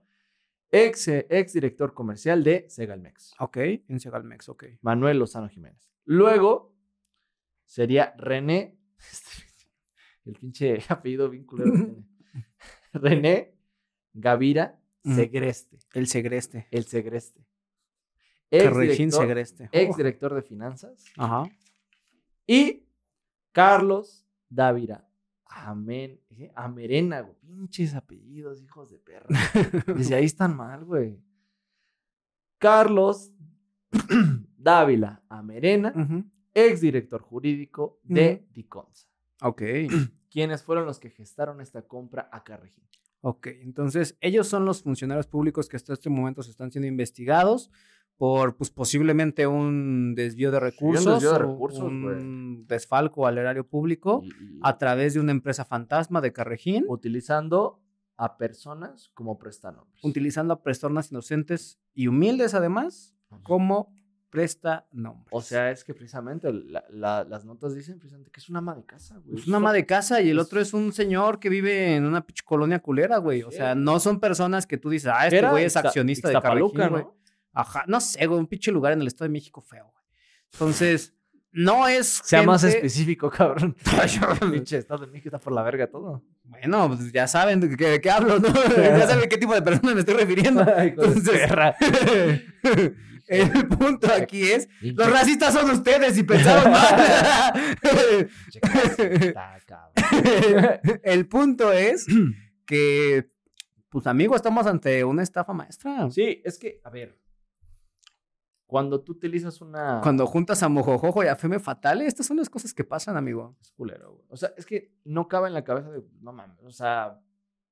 [SPEAKER 4] Ex, eh, exdirector comercial de Segalmex.
[SPEAKER 3] Ok, en Segalmex, ok.
[SPEAKER 4] Manuel Lozano Jiménez. Luego sería René. *laughs* este, El pinche apellido vinculado.
[SPEAKER 3] *laughs*
[SPEAKER 4] René Gavira
[SPEAKER 3] Ujú.
[SPEAKER 4] Segreste.
[SPEAKER 3] El Segreste.
[SPEAKER 4] El Segreste.
[SPEAKER 3] Que
[SPEAKER 4] Exdirector-
[SPEAKER 3] Regín Segreste. Oh, Ah.
[SPEAKER 4] Exdirector de finanzas.
[SPEAKER 3] Ajá.
[SPEAKER 4] Y Carlos Dávila. Amén. ¿eh? Amerena, güey. Pinches apellidos, hijos
[SPEAKER 3] *laughs*
[SPEAKER 4] de perra. Desde ahí están mal, güey. Carlos *clears throat* Dávila Amerena,
[SPEAKER 3] ujú,
[SPEAKER 4] exdirector jurídico de Diconsa.
[SPEAKER 3] Ok.
[SPEAKER 4] Quienes fueron los que gestaron esta compra a Carrejín.
[SPEAKER 3] Ok, entonces ellos son los funcionarios públicos que hasta este momento se están siendo investigados por pues posiblemente un desvío de recursos,
[SPEAKER 4] desvío de
[SPEAKER 3] o
[SPEAKER 4] recursos, güey.
[SPEAKER 3] un desfalco al erario público
[SPEAKER 4] Y- y
[SPEAKER 3] a través de una empresa fantasma de Carrejín,
[SPEAKER 4] utilizando a personas como prestanombres.
[SPEAKER 3] utilizando a personas inocentes y humildes además como presta nombre.
[SPEAKER 4] O sea, es que precisamente la- la- las notas dicen precisamente que es una ama de casa, güey.
[SPEAKER 3] es una ama de casa y el
[SPEAKER 4] es-
[SPEAKER 3] otro es un señor que vive en una pinche colonia culera, güey. O
[SPEAKER 4] Sí,
[SPEAKER 3] sea,
[SPEAKER 4] güey.
[SPEAKER 3] no son personas que tú dices, ah, este
[SPEAKER 4] Era
[SPEAKER 3] güey es
[SPEAKER 4] Ixta-
[SPEAKER 3] accionista de
[SPEAKER 4] Ixtapaluca,
[SPEAKER 3] Carrejín,
[SPEAKER 4] ¿no?
[SPEAKER 3] güey. Ajá, no sé, güey, un pinche lugar en el Estado de México feo, güey. Entonces, no es.
[SPEAKER 4] Sea más
[SPEAKER 3] gente-
[SPEAKER 4] específico,
[SPEAKER 3] *laughs*
[SPEAKER 4] cabrón. Pinche Estado de México está por la verga todo.
[SPEAKER 3] Bueno, pues ya saben de qué, de qué hablo, ¿no? *laughs* ya saben qué tipo de persona me estoy
[SPEAKER 4] *laughs*
[SPEAKER 3] refiriendo. Entonces, *laughs* el punto aquí es: los racistas son ustedes y pensaron mal. *laughs*
[SPEAKER 4] Está cabrón.
[SPEAKER 3] el punto
[SPEAKER 4] *clears throat*
[SPEAKER 3] es que, pues, amigo, estamos ante una estafa maestra.
[SPEAKER 4] Sí, es que, a ver. Cuando tú utilizas una.
[SPEAKER 3] Cuando juntas a Mojojojo y a Feme Fatale, estas son las cosas que pasan, amigo.
[SPEAKER 4] Es culero, güey. O sea, es que no cabe en la cabeza de. No mames. O sea,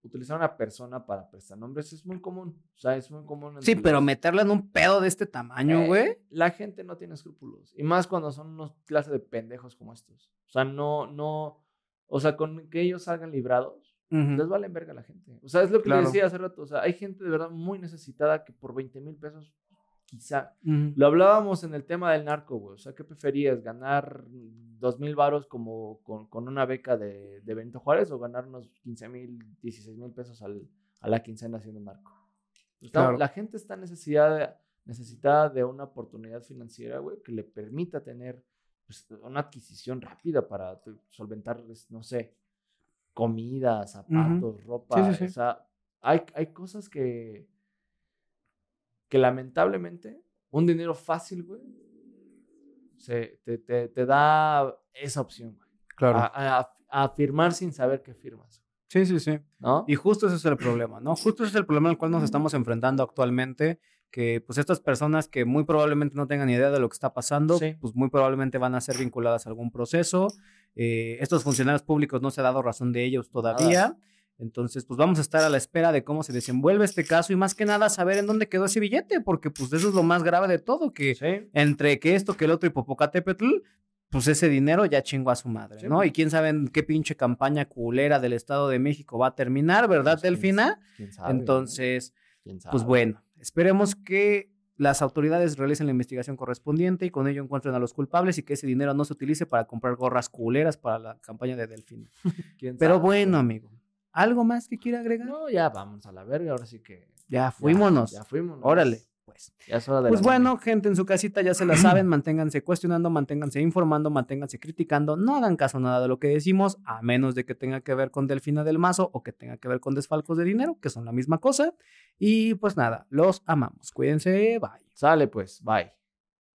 [SPEAKER 4] utilizar una persona para prestanombres es muy común. O sea, es muy común. entre
[SPEAKER 3] Sí, pero
[SPEAKER 4] los-
[SPEAKER 3] meterla en un pedo de este tamaño,
[SPEAKER 4] Eh,
[SPEAKER 3] güey.
[SPEAKER 4] La gente no tiene escrúpulos. Y más cuando son unos clases de pendejos como estos. O sea, no, no. O sea, con que ellos salgan librados. les vale verga a la gente. O sea, es lo que
[SPEAKER 3] Claro.
[SPEAKER 4] les decía hace rato. O sea, hay gente de verdad muy necesitada que por 20 mil pesos, quizá.
[SPEAKER 3] Ujú.
[SPEAKER 4] Lo hablábamos en el tema del narco, güey. O sea, ¿qué preferías? ¿Ganar 2 mil varos como con, con una beca de, de Benito Juárez o ganar unos 15 mil, 16 mil pesos al- a la quincena haciendo narco? Pues Está-
[SPEAKER 3] Claro.
[SPEAKER 4] La gente está necesidad de- necesitada de una oportunidad financiera, güey, que le permita tener pues, una adquisición rápida para tu- solventar, pues, no sé, comida, zapatos, ropa.
[SPEAKER 3] Sí, sí, sí.
[SPEAKER 4] O sea, hay, hay cosas que, que lamentablemente un dinero fácil, güey, se, te, te, te da esa opción, güey.
[SPEAKER 3] Claro.
[SPEAKER 4] A, a- a firmar sin saber que firmas,
[SPEAKER 3] Sí, sí, sí.
[SPEAKER 4] ¿no?
[SPEAKER 3] Y justo ese es el problema, ¿no? Justo ese es el problema al cual nos estamos enfrentando actualmente, que pues estas personas que muy probablemente no tengan idea de lo que está pasando,
[SPEAKER 4] Sí.
[SPEAKER 3] pues muy probablemente van a ser vinculadas a algún proceso. Eh, estos funcionarios públicos no se ha dado razón de ellos todavía. Entonces, pues vamos a estar a la espera de cómo se desenvuelve este caso y más que nada saber en dónde quedó ese billete, porque pues eso es lo más grave de todo, que
[SPEAKER 4] Sí.
[SPEAKER 3] entre que esto, que el otro y Popocatépetl, pues ese dinero ya chingó a su madre,
[SPEAKER 4] Sí,
[SPEAKER 3] ¿no?
[SPEAKER 4] pues.
[SPEAKER 3] Y quién sabe en qué pinche campaña culera del Estado de México va a terminar, ¿verdad,
[SPEAKER 4] Pues, quién
[SPEAKER 3] Delfina?
[SPEAKER 4] ¿Quién sabe?
[SPEAKER 3] Entonces,
[SPEAKER 4] ¿Quién sabe?
[SPEAKER 3] pues bueno, esperemos que las autoridades realicen la investigación correspondiente y con ello encuentren a los culpables y que ese dinero no se utilice para comprar gorras culeras para la campaña de Delfina.
[SPEAKER 4] ¿Quién
[SPEAKER 3] Pero
[SPEAKER 4] sabe?
[SPEAKER 3] bueno, amigo, ¿algo más que quiera agregar?
[SPEAKER 4] No, ya vamos a la verga, ahora sí que.
[SPEAKER 3] Ya
[SPEAKER 4] ya,
[SPEAKER 3] fuímonos.
[SPEAKER 4] Ya, fuimos.
[SPEAKER 3] Órale, pues.
[SPEAKER 4] Ya es hora de.
[SPEAKER 3] Pues
[SPEAKER 4] la-
[SPEAKER 3] bueno, gente en su casita ya se la saben, manténganse cuestionando, manténganse informando, manténganse criticando, no hagan caso a nada de lo que decimos, a menos de que tenga que ver con Delfina del Mazo o que tenga que ver con desfalcos de dinero, que son la misma cosa. Y pues nada, los amamos. Cuídense, bye.
[SPEAKER 4] Sale pues, bye.